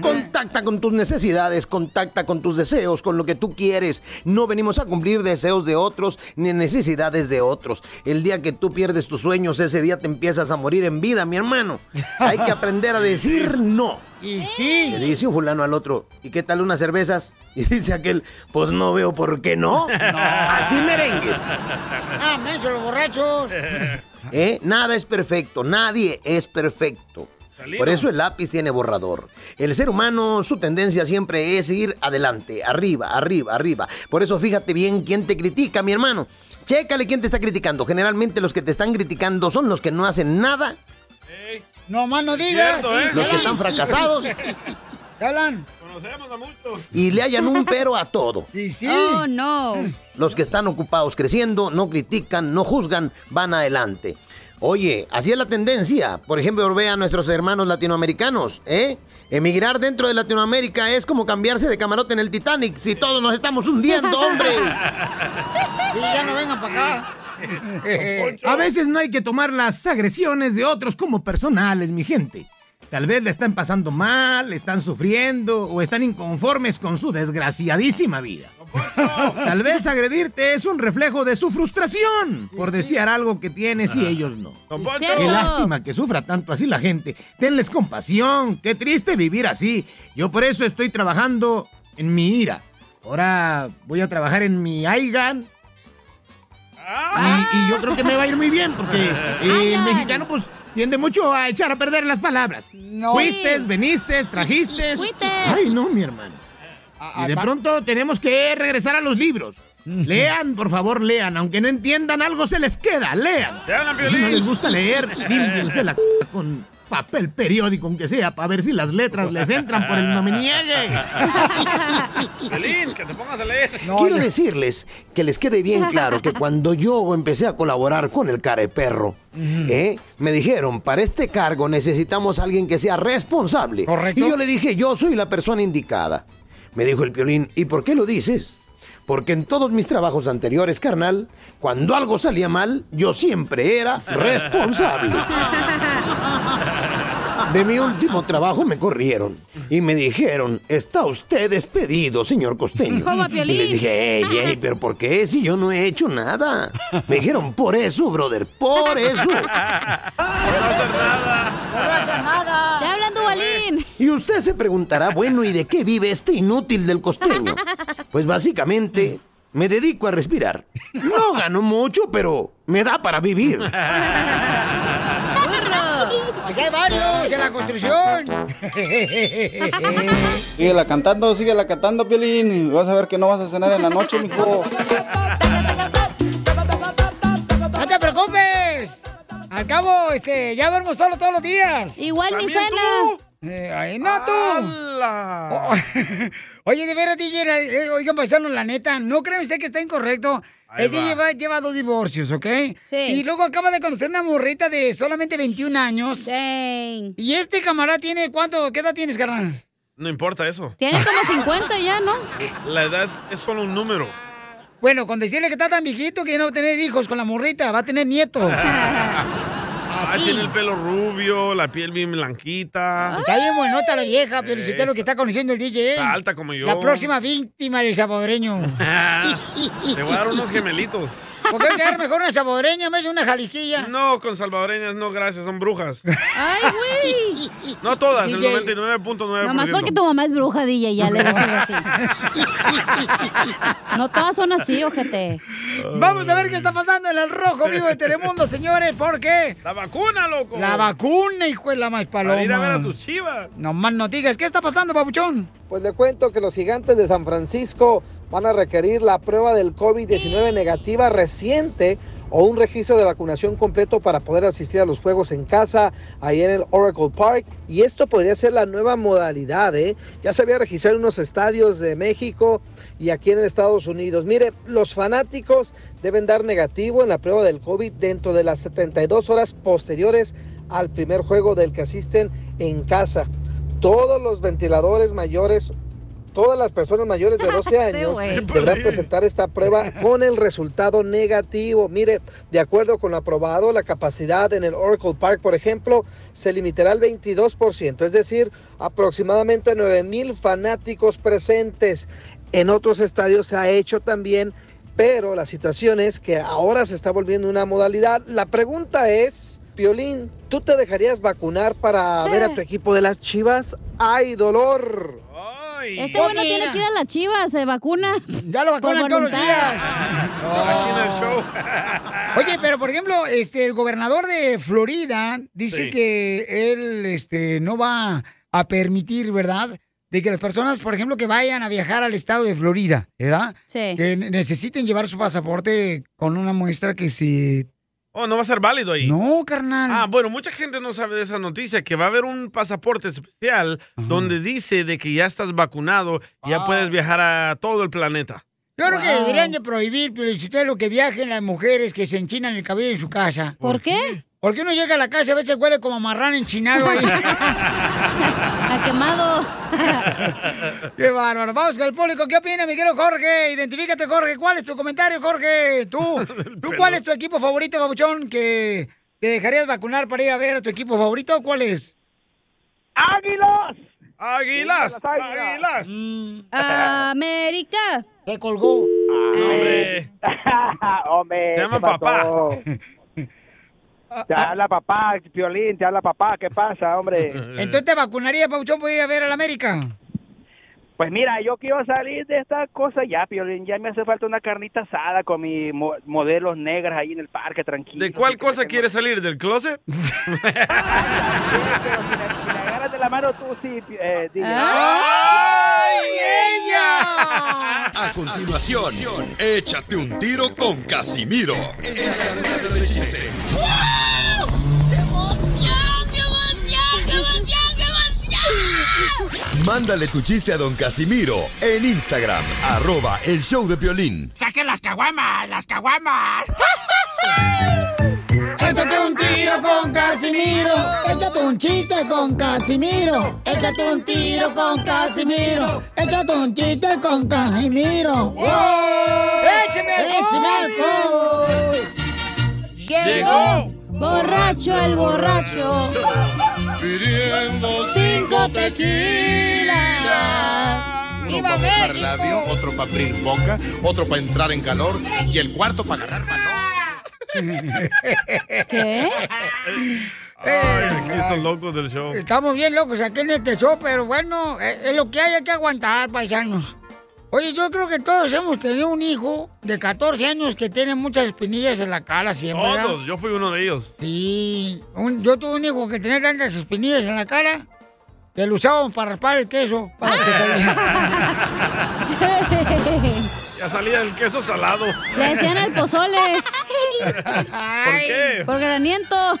Contacta con tus necesidades, contacta con tus deseos, con lo que tú quieres. No venimos a cumplir deseos de otros ni necesidades de otros. El día que tú pierdes tus sueños, ese día te empiezas a morir en vida, mi hermano. Hay que aprender a decir no.
Y sí.
Le dice un fulano al otro, ¿y qué tal unas cervezas? Y dice aquel, pues no veo por qué no. Así merengues.
Ah, menso, los borrachos.
¿Eh? Nada es perfecto, nadie es perfecto. Por eso el lápiz tiene borrador. El ser humano, su tendencia siempre es ir adelante, arriba, arriba, arriba. Por eso fíjate bien quién te critica, mi hermano. Chécale quién te está criticando. Generalmente los que te están criticando son los que no hacen nada.
No más no digas.
Cierto, ¿eh? Los que están fracasados.
Jalan.
Conocemos a muchos.
Y le hallan un pero a todo.
Y sí.
Oh, no.
Los que están ocupados creciendo, no critican, no juzgan, van adelante. Oye, así es la tendencia. Por ejemplo, ve a nuestros hermanos latinoamericanos, ¿eh? Emigrar dentro de Latinoamérica es como cambiarse de camarote en el Titanic si todos nos estamos hundiendo, hombre.
Sí, ya no vengan para acá.
A veces no hay que tomar las agresiones de otros como personales, mi gente. Tal vez le están pasando mal, están sufriendo o están inconformes con su desgraciadísima vida. Tal vez agredirte es un reflejo de su frustración por desear algo que tienes y ellos no.
Poncho.
Qué lástima que sufra tanto así la gente. Tenles compasión. Qué triste vivir así. Yo por eso estoy trabajando en mi ira. Ahora voy a trabajar en mi Aigan. Y, y yo creo que me va a ir muy bien porque eh, el mexicano pues tiende mucho a echar a perder las palabras. Fuiste, veniste, trajiste. Ay, no, mi hermano. Y de pronto tenemos que regresar a los libros. Lean, por favor, lean. Aunque no entiendan algo, se les queda. Lean. Y si no les gusta leer, límpiense la c con papel periódico, aunque sea, para ver si las letras les entran por el nominiegue.
Pelín, que te pongas a leer.
Quiero decirles que les quede bien claro que cuando yo empecé a colaborar con el careperro, ¿eh? me dijeron, para este cargo necesitamos a alguien que sea responsable. Y yo le dije, yo soy la persona indicada. Me dijo el piolín, ¿y por qué lo dices? Porque en todos mis trabajos anteriores, carnal, cuando algo salía mal, yo siempre era responsable. De mi último trabajo me corrieron y me dijeron, está usted despedido, señor Costeño.
¿Cómo,
y
Piolín?
les dije, ey, ey, pero ¿por qué si yo no he hecho nada? Me dijeron, por eso, brother, por eso.
No pasa
nada. Te hablan Dubalín.
Y usted se preguntará, bueno, ¿y de qué vive este inútil del costeño? Pues básicamente me dedico a respirar. No gano mucho, pero me da para vivir.
Pues hay varios en la construcción.
Síguela cantando, síguela cantando, Piolín. Vas a ver que no vas a cenar en la noche, mijo.
¡No te preocupes! Al cabo, este, ya duermo solo todos los días.
Igual
ni
sana.
¿También
ay, ¡Eh, no tú. O- oye, de veras, DJ, eh, oigan, paisanos, la neta, ¿no creen usted que está incorrecto?
Ahí
El DJ
va.
va- lleva dos divorcios, ¿ok? Y luego acaba de conocer una morrita de solamente 21 años. Y este camarada tiene, ¿cuánto? ¿Qué edad tienes, carnal?
No importa eso.
Tiene como 50 ya, ¿no?
La edad es solo un número.
Bueno, con decirle que está tan viejito que ya no va a tener hijos con la morrita, va a tener nietos.
Ah, tiene el pelo rubio, la piel bien blanquita.
Está bien buenota la vieja, pero
Eh.
lo que está conociendo el DJ.
Está alta como yo.
La próxima víctima del saboreño.
Le voy a dar unos gemelitos.
¿Por qué quedar mejor una saboreña en vez de una jaliquilla?
No, con salvadoreñas no, gracias, son brujas.
Ay, güey.
No todas, el
DJ.
99.9%.
Nomás porque tu mamá es bruja, DJ, ya le decís así. No todas son así, ojete.
Vamos a ver qué está pasando en el Rojo Vivo de Telemundo, señores, porque...
La vacuna, loco.
La vacuna, hijo de la más paloma.
Para ir a ver a tus chivas.
No más no digas, ¿qué está pasando, papuchón?
Pues le cuento que los gigantes de San Francisco van a requerir la prueba del COVID-19 negativa reciente o un registro de vacunación completo para poder asistir a los juegos en casa, ahí en el Oracle Park. Y esto podría ser la nueva modalidad, ¿eh? Ya se había registrado en unos estadios de México y aquí en Estados Unidos. Mire, los fanáticos deben dar negativo en la prueba del COVID dentro de las 72 horas posteriores al primer juego del que asisten en casa todos los ventiladores mayores Todas las personas mayores de 12
Este
años
güey.
deberán presentar esta prueba con el resultado negativo. Mire, de acuerdo con lo aprobado, la capacidad en el Oracle Park, por ejemplo, se limitará al 22%, es decir, aproximadamente 9 mil fanáticos presentes. En otros estadios se ha hecho también, pero la situación es que ahora se está volviendo una modalidad. La pregunta es, Piolín, ¿tú te dejarías vacunar para ver a tu equipo de las Chivas? ¡Ay, dolor!
Este bueno tiene que ir a la chiva, se vacuna.
Ya lo vacunan todos los Oye, pero por ejemplo, este, el gobernador de Florida dice
Sí.
que él este, no va a permitir, ¿verdad? De que las personas, por ejemplo, que vayan a viajar al estado de Florida, ¿verdad?
Sí.
Que ne- necesiten llevar su pasaporte con una muestra que se...
Oh, no va a ser válido ahí.
No, carnal.
Ah, bueno, mucha gente no sabe de esa noticia, que va a haber un pasaporte especial donde dice de que ya estás vacunado y
Ah.
ya puedes viajar a todo el planeta.
Yo creo que
Wow.
deberían de prohibir, pero si ustedes lo que viajen las mujeres que se enchinan el cabello en su casa.
¿Por qué?
Porque uno llega a la casa y a veces huele como marrán enchinado ahí.
Ha quemado.
Qué bárbaro. Vamos con el público. ¿Qué opina, mi querido Jorge? Identifícate, Jorge. ¿Cuál es tu comentario, Jorge? Tú, ¿tú cuál es tu equipo favorito, babuchón, que te dejarías vacunar para ir a ver a tu equipo favorito? ¿Cuál es?
¡Águilas!
¡Águilas! ¡Águilas!
Mm.
América.
Se colgó.
Hombre.
Hombre,
Te
Eh, ¿qué
llaman
pasó? Te habla papá, Piolín, te habla papá, ¿qué pasa, hombre?
Entonces te vacunarías, babuchón, para ir a ver al América.
Pues mira, yo quiero salir de esta cosa ya, Piolín, ya me hace falta una carnita asada con mis mo- modelos negras ahí en el parque, tranquilo.
¿De cuál cosa quieres salir? ¿Del closet?
Agarras de la mano tú, sí, eh, DJ.
¡Ay,
ella!
A continuación, échate un tiro con Casimiro. Mándale tu chiste a don Casimiro en Instagram, arroba el show de violín.
¡Saque las caguamas, las caguamas!
Échate un tiro con Casimiro. Échate un chiste con Casimiro. Échate un tiro con Casimiro. Échate un chiste con Casimiro. ¡Wow!
¡Écheme alcohol!
Llegó borracho el borracho.
Pidiendo
Cinco tequilas.
Uno para mojar labio, otro para abrir boca, otro para entrar en calor y el cuarto para agarrar mano.
¿Qué?
Ay, aquí estos locos del show.
Estamos bien locos aquí en este show, pero bueno, eh, es, lo que hay, hay que aguantar, paisanos. Oye, yo creo que todos hemos tenido un hijo de 14 años que tiene muchas espinillas en la cara siempre. ¿verdad?
Todos, yo fui uno de ellos.
eh? Sí, un- yo tuve un hijo que tenía tantas espinillas en la cara que lo usaban para raspar el queso. para
Ah.
que saliera.
Ya salía el queso salado.
Le decían el pozole.
¿Por qué?
Por graniento.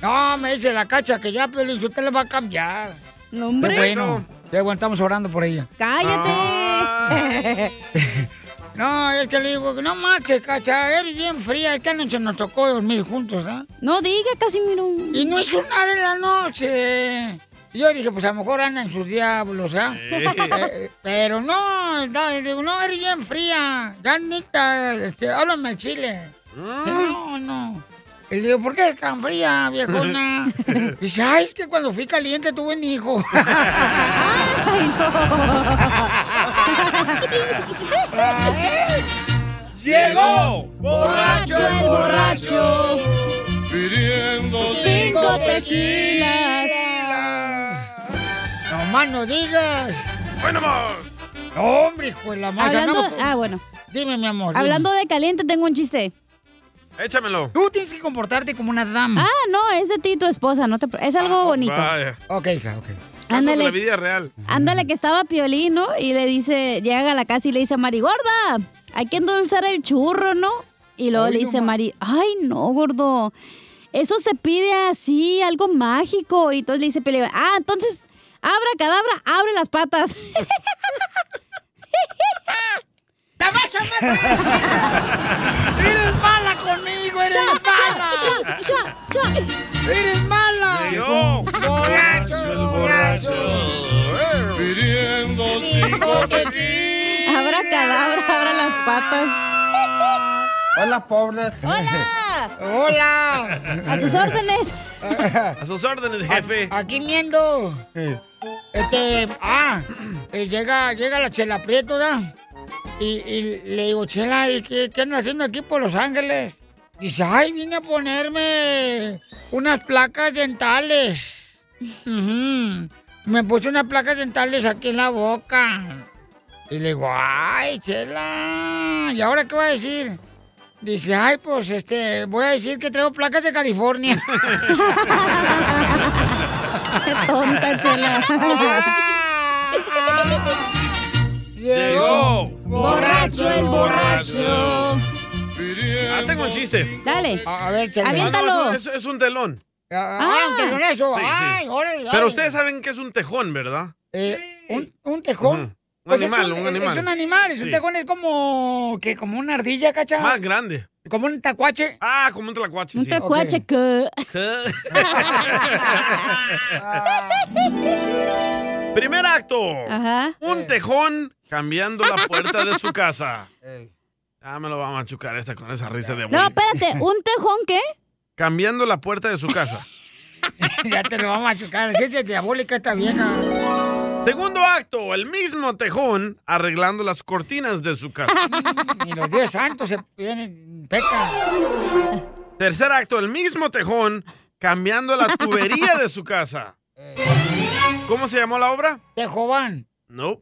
no, me dice la cacha que ya, Pelín, usted le va a cambiar.
No,
Qué bueno, te aguantamos orando por ella.
¡Cállate!
Ah. No, es que le digo, no marches, cacha, eres bien fría, esta noche nos tocó dormir juntos, ¿ah?
No diga, Casimiro.
Y no es una de la noche. Y Yo dije, pues a lo mejor andan sus diablos, ¿ah?
Sí.
Eh, pero no, da- digo, no, eres bien fría, ya neta, este, háblame al chile. No, no. Y le digo, ¿por qué es tan fría, viejona? Dice, ay, es que cuando fui caliente tuve un hijo. ¡Ay,
Llegó borracho el borracho
Pidiendo
cinco
tequilas. No más no digas.
Bueno, amor.
No, hombre, hijo de la madre.
Hablando-
andamos con-
ah, bueno.
Dime, mi amor.
Hablando de caliente, tengo un chiste.
Échamelo.
Tú tienes que comportarte como una dama.
Ah, no, es de ti, tu esposa. No te... pre- Es algo bonito.
Ah, Vaya.
Ok, hija, ok.
Casos
Ándale.
de la vida real.
Ándale, que estaba Piolín, ¿no? Y le dice, llega a la casa y le dice a Mari, gorda, hay que endulzar el churro, ¿no? Y luego le dice Mari, ay, no, gordo, eso se pide así, algo mágico. Y entonces le dice Piolín, ah, entonces, abra cadabra, abre las patas.
¡La vas a matar! ¡Eres mala conmigo! ¡Eres mala! ¡Eres mala!
Llegó
¡Borracho, borracho!
borracho
idiotas.
Hola, pobres.
¡Hola!
¡Hola!
A sus órdenes.
A sus órdenes, jefe.
A- Aquí miendo. Este, ah, eh, llega, llega la Chela Prieto, ¿da? Y, y le digo, Chela, ¿y qué, qué andan haciendo aquí por Los Ángeles? Dice, ay, vine a ponerme unas placas dentales. Ujú. Me puse unas placas dentales aquí en la boca. Y le digo, ay, Chela, ¿y ahora qué va a decir? Dice, ay, pues, este, voy a decir que traigo placas de California.
Qué tonta,
Ah,
Chela.
Llegó.
Borracho el borracho.
Ah, tengo un chiste.
Dale.
A, ver,
Ah, no, es, un- es un telón.
Ah, un telonazo.
Sí, sí.
Ay, órale,
Pero
dale.
ustedes saben que es un tejón, ¿verdad?
Eh, ¿un, un tejón?
Ujú. Un
Pues
animal,
es un, es-
un, animal.
Es un animal, es un
Sí.
tejón, es como, que como una ardilla, ¿cacha?
Más grande.
Como un tacuache.
Ah, como un tlacuache.
Un
sí.
tacuache
Ok.
que...
Primer acto.
Ajá.
Eh.
Un tejón cambiando la puerta de su casa. Ah, me lo va a machucar esta con esa risa de
No,
güey.
espérate. ¿Un tejón qué?
Cambiando la puerta de su casa.
ya te lo vamos a chocar, así es de diabólica esta vieja.
Segundo acto, el mismo tejón arreglando las cortinas de su casa.
Ni los diez santos se vienen, peca.
Tercer acto, el mismo tejón cambiando la tubería de su casa. ¿Cómo se llamó la obra?
Tejobán.
No.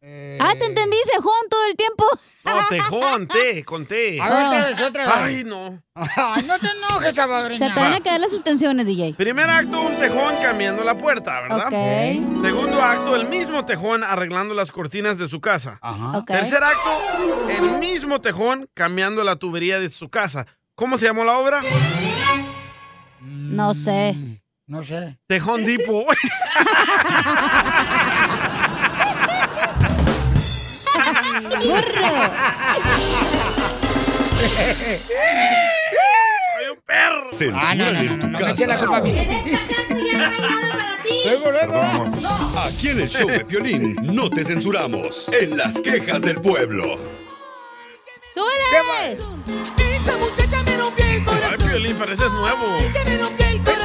Ah, te entendí, cejón todo el tiempo.
No, tejón, té, con té.
A ver, otra vez, otra vez.
Ay, no.
Ay, no te enojes, salvadoreña.
Se te van a quedar las extensiones, DJ.
Primer acto, un tejón cambiando la puerta, ¿verdad?
Ok.
Segundo acto, el mismo tejón arreglando las cortinas de su casa.
Ajá. Ok.
Tercer acto, el mismo tejón cambiando la tubería de su casa. ¿Cómo se llamó la obra?
No sé.
Mm, No sé.
Tejón Dipo.
Censuran en tu casa.
Luego, luego.
Aquí en el show de Piolín no te censuramos. En las quejas del pueblo.
¡Súbele!
Esa muchacha me rompió el
Ay, Piolín, pareces nuevo.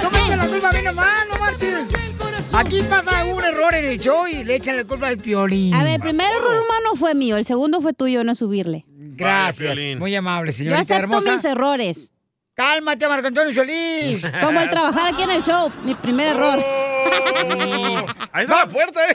No me echen la culpa a mí nomás, no marches. Aquí pasa un error en el show y le echan la culpa al piolín.
A ver, el primer error humano fue mío, el segundo fue tuyo, no subirle.
Gracias. Muy amable,
Yo
señorita
acepto
hermosa.
mis errores.
Cálmate, Marco Antonio Solís.
Como el trabajar aquí en el show, mi primer error.
Oh. Ahí está la puerta, ¿eh?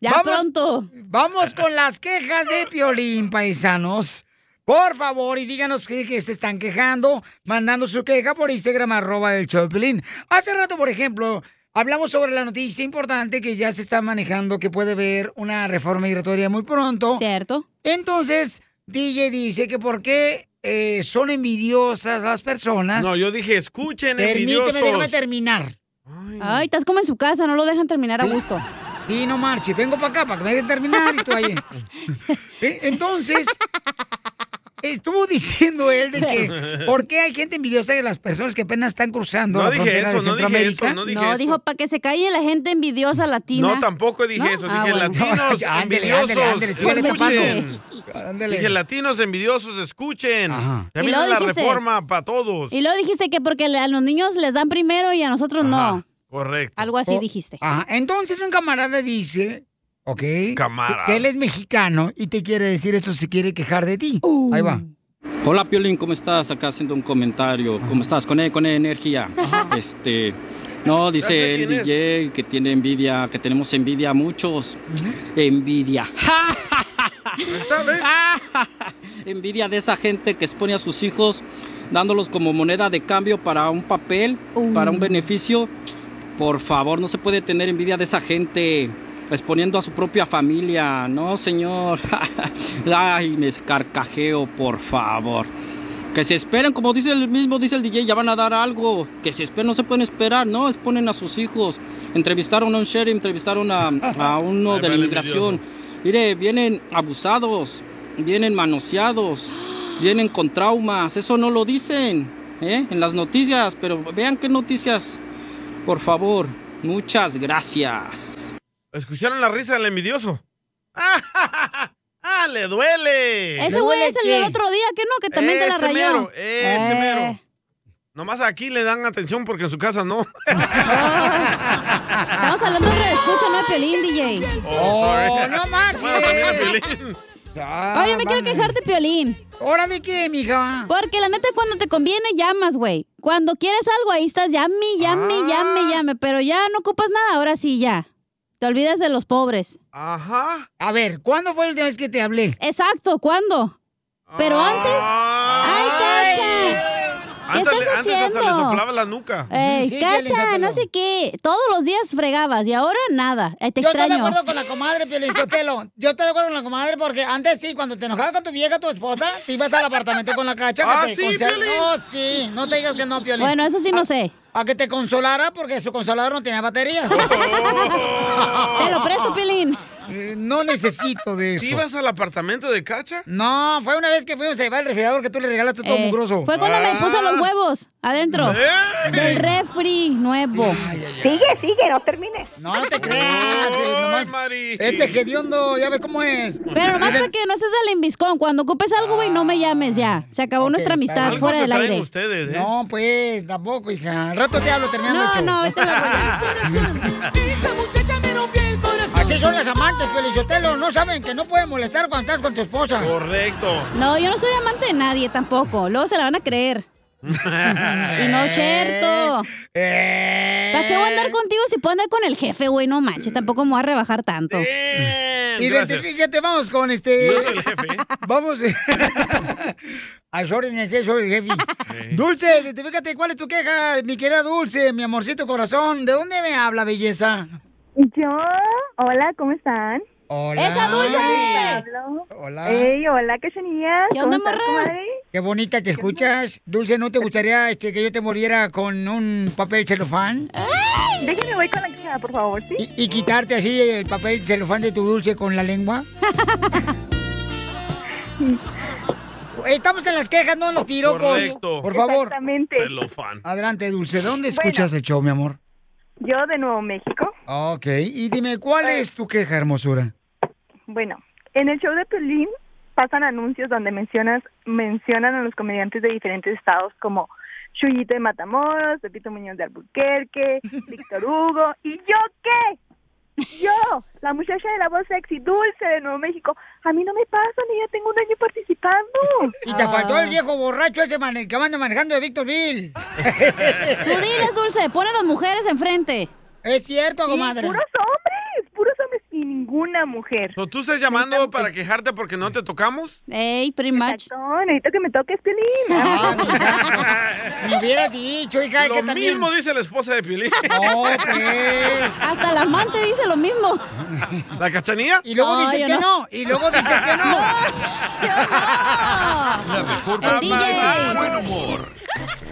Ya pronto.
Vamos con las quejas de Piolín, paisanos. Por favor, y díganos qué, qué se están quejando, mandando su queja por Instagram, arroba el show de Piolín. Hace rato, por ejemplo, hablamos sobre la noticia importante que ya se está manejando, que puede haber una reforma migratoria muy pronto.
Cierto.
Entonces, DJ dice que por qué eh, son envidiosas las personas.
No, yo dije, escuchen,
Permíteme,
envidiosos.
déjame terminar.
Ay, estás como en su casa, no lo dejan terminar a gusto.
Y no marche, vengo para acá para que me dejes terminar y tú ahí. Eh, Entonces, estuvo diciendo él de que ¿por qué hay gente envidiosa de las personas que apenas están cruzando
No
la
dije
frontera de
eso, no dije
Centroamérica?
eso, no dije
No, dijo para que se calle la gente envidiosa latina.
No, tampoco dije
¿No?
eso.
Ah,
Dije
bueno.
latinos
No, ándele,
envidiosos.
ándele, ándele, sígale
escuchen.
Ándale.
Dije latinos envidiosos, escuchen. También
Y luego
la
dijiste-
reforma para todos.
Y luego dijiste que porque le- a los niños les dan primero y a nosotros no.
Correcto. Oh,
Algo así
O-
dijiste.
Ajá. Entonces un camarada dice, ok,
Cámara.
Ah.
que él es mexicano y te quiere decir esto si quiere quejar de ti. Ahí va.
Uh.
Hola Piolín, ¿cómo estás? Acá haciendo un comentario. ¿Cómo estás? Con, e- con energía. Este, no, dice el DJ que tiene envidia, que tenemos envidia a muchos. Envidia. envidia de esa gente que expone a sus hijos dándolos como moneda de cambio para un papel, para un beneficio. Por favor, no se puede tener envidia de esa gente exponiendo a su propia familia. No, señor. Ay, me carcajeo, por favor. Que se esperen, como dice el mismo, dice el DJ, ya van a dar algo. Que se esperen, no se pueden esperar, no, exponen a sus hijos. Entrevistaron a un sheriff, entrevistaron a, a uno
Ay,
de la
vale,
inmigración. Mire, vienen abusados, vienen manoseados, vienen con traumas. Eso no lo dicen ¿eh? en las noticias, pero vean qué noticias. Por favor, muchas gracias.
¿Escucharon la risa del envidioso? ¡Ah, le duele!
Ese güey es el del otro día, que no, que también te la
Ese mero,
rayó.
ese
Eh.
mero. Nomás aquí le dan atención porque en su casa no.
Estamos hablando de escucha, no de Piolín, DJ.
Oh, sorry.
no marches.
Bueno, también a Piolín.
Oye, me quiero quejarte, Piolín.
¿Hora Ah, de qué, mija?
Porque la neta, cuando te conviene, llamas, güey. Cuando quieres algo, ahí estás, llame, llame,
Ah.
llame, llame. Pero ya no ocupas nada, ahora sí, ya. Te olvidas de los pobres.
Ah,
Ajá.
A ver, ¿cuándo fue la última vez que te hablé? Ah.
Exacto, ¿cuándo? Pero antes... ¡Ay, cacha! ¿Qué
Antes, le-
estás
antes hasta
haciendo?
le soplaba la nuca.
Ey, cacha, no sé qué. Todos los días fregabas y ahora nada. Eh, te
Yo estoy de
extraño.
acuerdo con la comadre, Pielizotelo. Yo estoy de acuerdo con la comadre porque antes sí, cuando te enojabas con tu vieja, tu esposa, te ibas al apartamento con la cacha.
Ah,
que te
sí,
consola-
Piolín.
No, sí, no te digas que no, Piolín. Ah,
Bueno, eso sí no
A-
sé.
A que te consolara porque su consolador no tenía baterías.
Te lo presto, Piolín.
Eh, No necesito de eso.
Oh. ¿Sí ibas al apartamento de Cacha?
No, fue una vez que fuimos a llevar el refrigerador que tú le regalaste Este todo
Eh,
mugroso. Ah.
Fue cuando me puso los huevos adentro
¡Ey!
del refri nuevo.
Sigue, sigue, no termines. No, no te creas. eh, nomás este hediondo, ya ves cómo es.
Pero nomás para que no seas el embiscón. Cuando ocupes algo, güey, no me llames ya. Se acabó nuestra amistad
eh, Algo
fuera
se
del
traen
aire.
ustedes, ¿eh?
No, pues, tampoco, hija. Al rato te hablo terminando
No,
el show.
no, vete a
Ah. Así son las amantes, Felicitelo. No saben que no pueden molestar cuando estás con tu esposa.
Correcto.
No, yo no soy amante de nadie tampoco. Luego se la van a creer. Y no
Eh,
es cierto. ¿Para qué voy a andar contigo si puedo andar con el jefe, güey? No manches, tampoco me voy a rebajar tanto.
Mm.
Identifícate, vamos con este.
No
soy el jefe. ¿eh?
Vamos. eh. Ay, sorry, en exceso, eh, soy el jefe. Dulce, identifícate, ¿cuál es tu queja, mi querida Dulce, mi amorcito corazón? ¿De dónde me habla, belleza?
Yo, hola, ¿cómo están?
Hola.
¡Esa Dulce!
Hola.
Ey, hola, cachanilla.
¿Qué onda, Qué bonita te escuchas. Dulce, ¿no te gustaría este, que yo te muriera con un papel celofán?
Déjenme voy con la quijada, por favor, ¿sí?
Y, y quitarte así el papel celofán de tu dulce con la lengua. Estamos en las quejas, no en los piropos.
Correcto.
Por favor.
Exactamente.
Celofán.
Adelante, Dulce. ¿Dónde
Bueno.
escuchas el show, mi amor?
Yo de Nuevo México.
Ok. Y dime, ¿cuál
Pues-
es tu queja, hermosura?
Bueno, en el show de Pelín pasan anuncios donde mencionas, mencionan a los comediantes de diferentes estados como Chuyito de Matamoros, Pepito Muñoz de Albuquerque, Víctor Hugo, ¿y yo qué? Yo, la muchacha de la voz sexy, Dulce de Nuevo México, a mí no me pasa, ni ya tengo un año participando.
Y
Ah.
te faltó el viejo borracho ese mane- que manda manejando de Victorville.
Tú diles, Dulce, pon a las mujeres enfrente.
Es cierto,
comadre. puros hombres, puros hombres y ninguna mujer.
¿Tú estás llamando para quejarte porque no te tocamos?
Ey, pretty much.
necesito que me toques, Ah, pues, Pelín.
Ah, pues, Me hubiera dicho, hija,
Lo
que también...
mismo dice la esposa de Piolín.
No, pues.
Hasta la amante dice lo mismo.
¿La cachanía?
Y luego
No,
dices
yo
que
no.
no. y luego dices que no.
La mejor
El
música
DJ.
es el buen humor.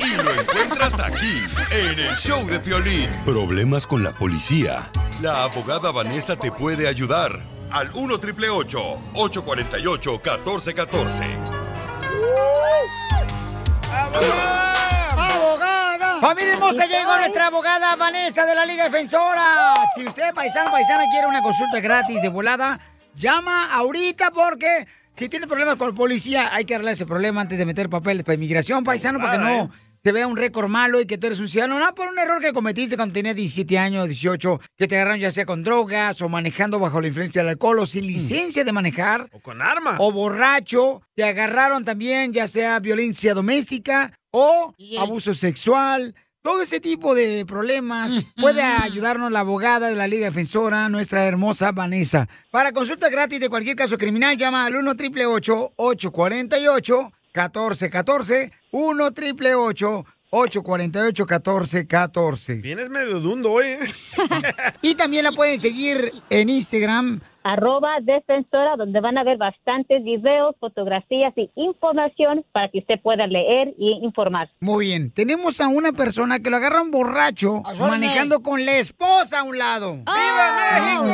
Y lo encuentras aquí, en el show de Piolín. Problemas con la policía. La abogada Vanessa te puede ayudar. Al 1 848 1414
¡Abogada! Familia hermosa, llegó nuestra abogada Vanessa de la Liga Defensora. Si usted, paisano paisana, quiere una consulta gratis de volada, llama ahorita porque si tiene problemas con la policía, hay que arreglar ese problema antes de meter papeles para inmigración, paisano, para que
Nada,
no te vea un récord malo y que tú eres un ciudadano. No, por un error que cometiste cuando tenías 17 años, 18, que te agarraron ya sea con drogas o manejando bajo la influencia del alcohol o sin licencia de manejar.
Con arma.
O borracho, te agarraron también, ya sea violencia doméstica o abuso sexual. Todo ese tipo de problemas puede ayudarnos la abogada de la Liga Defensora, nuestra hermosa Vanessa. Para consulta gratis de cualquier caso criminal, llama al 1 888 848 1414 1 888 848 1414
Vienes medio dundo hoy, ¿eh?
Y también la pueden seguir en Instagram.
arroba defensora, donde van a ver bastantes videos, fotografías y información para que usted pueda leer y informar.
Muy bien, tenemos a una persona que lo agarran borracho
sus órdenes.
manejando con la esposa a un lado. ¡Viva México!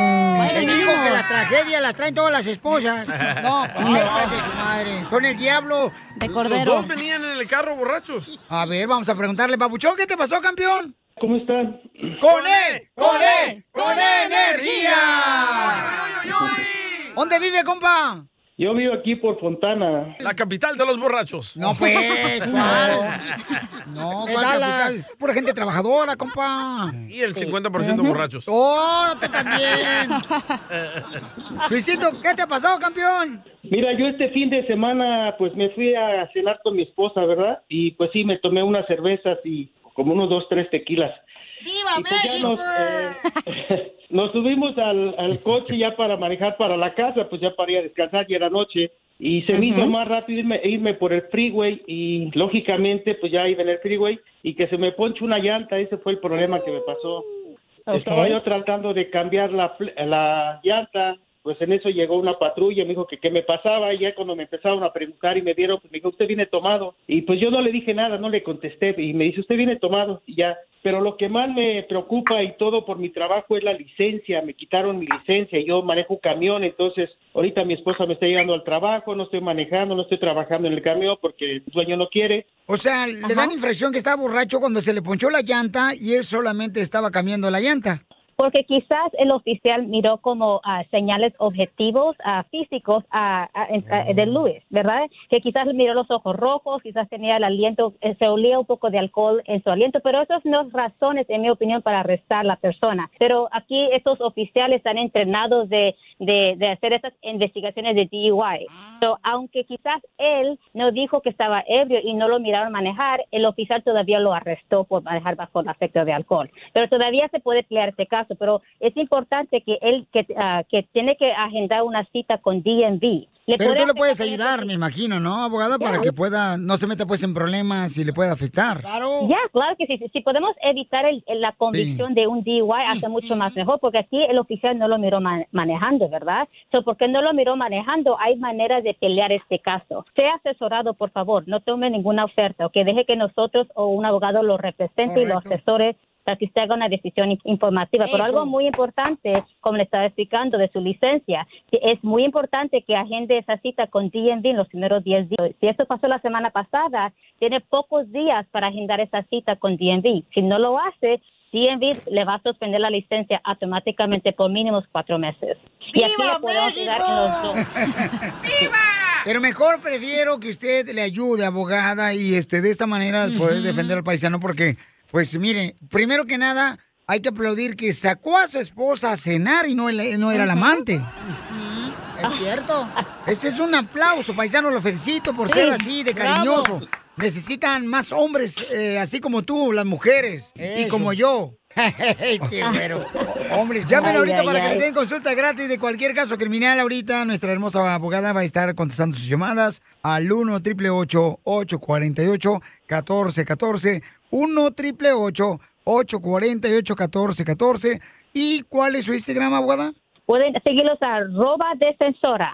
Y digo que las tragedias las traen todas las esposas. No, hijas de su madre. Con el diablo.
De
Los dos venían en el carro borrachos.
A ver, vamos a preguntarle, Papuchón, ¿qué te pasó, campeón?
¿Cómo están?
¡Con él! ¡Con él! ¡Con energía! ¿Dónde vive, compa?
Yo vivo aquí por Fontana.
La capital de los borrachos.
No, pues, ¿cuál? No,
¿cuál
¿cuál Dallas? Pura gente trabajadora, compa.
Y el 50% borrachos.
¡Oh, tú también! Luisito, ¿qué te ha pasado, campeón?
Mira, yo este fin de semana pues me fui a cenar con mi esposa, ¿verdad? Y pues sí, me tomé unas cervezas y como unos dos, tres tequilas.
¡Viva
Ya nos, eh, nos subimos al, al coche ya para manejar para la casa, pues ya para ir a descansar, ya era noche. Y se me hizo
Ujú.
más rápido irme, irme por el freeway y lógicamente pues ya iba en el freeway y que se me ponche una llanta, ese fue el problema que me pasó. Estaba
Ok.
yo tratando de cambiar la, fle- la llanta, pues en eso llegó una patrulla, me dijo que qué me pasaba y ya cuando me empezaron a preguntar y me vieron, pues me dijo, usted viene tomado. Y pues yo no le dije nada, no le contesté y me dice, usted viene tomado y ya. Pero lo que más me preocupa y todo por mi trabajo es la licencia, me quitaron mi licencia, yo manejo un camión, entonces ahorita mi esposa me está llevando al trabajo, no estoy manejando, no estoy trabajando en el camión porque el dueño no quiere.
O sea, le dan infracción que estaba borracho cuando se le ponchó la llanta y él solamente estaba cambiando la llanta.
porque quizás el oficial miró como ah, señales objetivos ah, físicos ah, ah, en- ah, de Luis, ¿verdad? Que quizás miró los ojos rojos, quizás tenía el aliento, eh, se olía un poco de alcohol en su aliento, pero esas no son razones, en mi opinión, para arrestar a la persona. Pero aquí estos oficiales están entrenados de, de, de hacer esas investigaciones de DUI. So, aunque quizás él no dijo que estaba ebrio y no lo miraron manejar, el oficial todavía lo arrestó por manejar bajo el afecto de alcohol. Pero todavía se puede pelear este caso, pero es importante que él que, ah, que tiene que agendar una cita con DMV. Le
Pero
puede
tú le
hacer-
puedes ayudar, me imagino, ¿no, abogada? Para que pueda, no se meta pues en problemas y le pueda afectar.
Ya, claro que sí. Si- Si podemos evitar el- el- la convicción de un DUI, hace mucho más mejor, porque aquí el oficial no lo miró ma- manejando, ¿verdad? So, porque no lo miró manejando, hay maneras de pelear este caso. Sea asesorado, por favor, no tome ninguna oferta, o que deje que nosotros o un abogado lo represente y lo asesore para que usted haga una decisión in- informativa. Pero algo muy importante, como le estaba explicando, de su licencia, que es muy importante que agende esa cita con DND en los primeros 10 días. Si esto pasó la semana pasada, tiene pocos días para agendar esa cita con DND. Si no lo hace, DND le va a suspender la licencia automáticamente por mínimos cuatro meses. Y aquí le podemos ayudar en los dos.
Pero mejor prefiero que usted le ayude, abogada, y este de esta manera poder defender al paisano, porque, pues miren, primero que nada, hay que aplaudir que sacó a su esposa a cenar y no, el- no era la
Ujú.
amante. Es cierto. Ese es un aplauso, paisano, lo felicito por ser
Sí,
así de
bravo.
cariñoso. Necesitan más hombres eh, así como tú, las mujeres, y
Eso.
como yo. este, pero, hombres, llamen
Ay,
ahorita
ay,
para que
ay.
le den consulta gratis de cualquier caso criminal. Ahorita nuestra hermosa abogada va a estar contestando sus llamadas al 1 triple 848 1414 1 triple 848 1414 ¿Y cuál es su Instagram, abogada?
Pueden seguirlos a arroba defensora.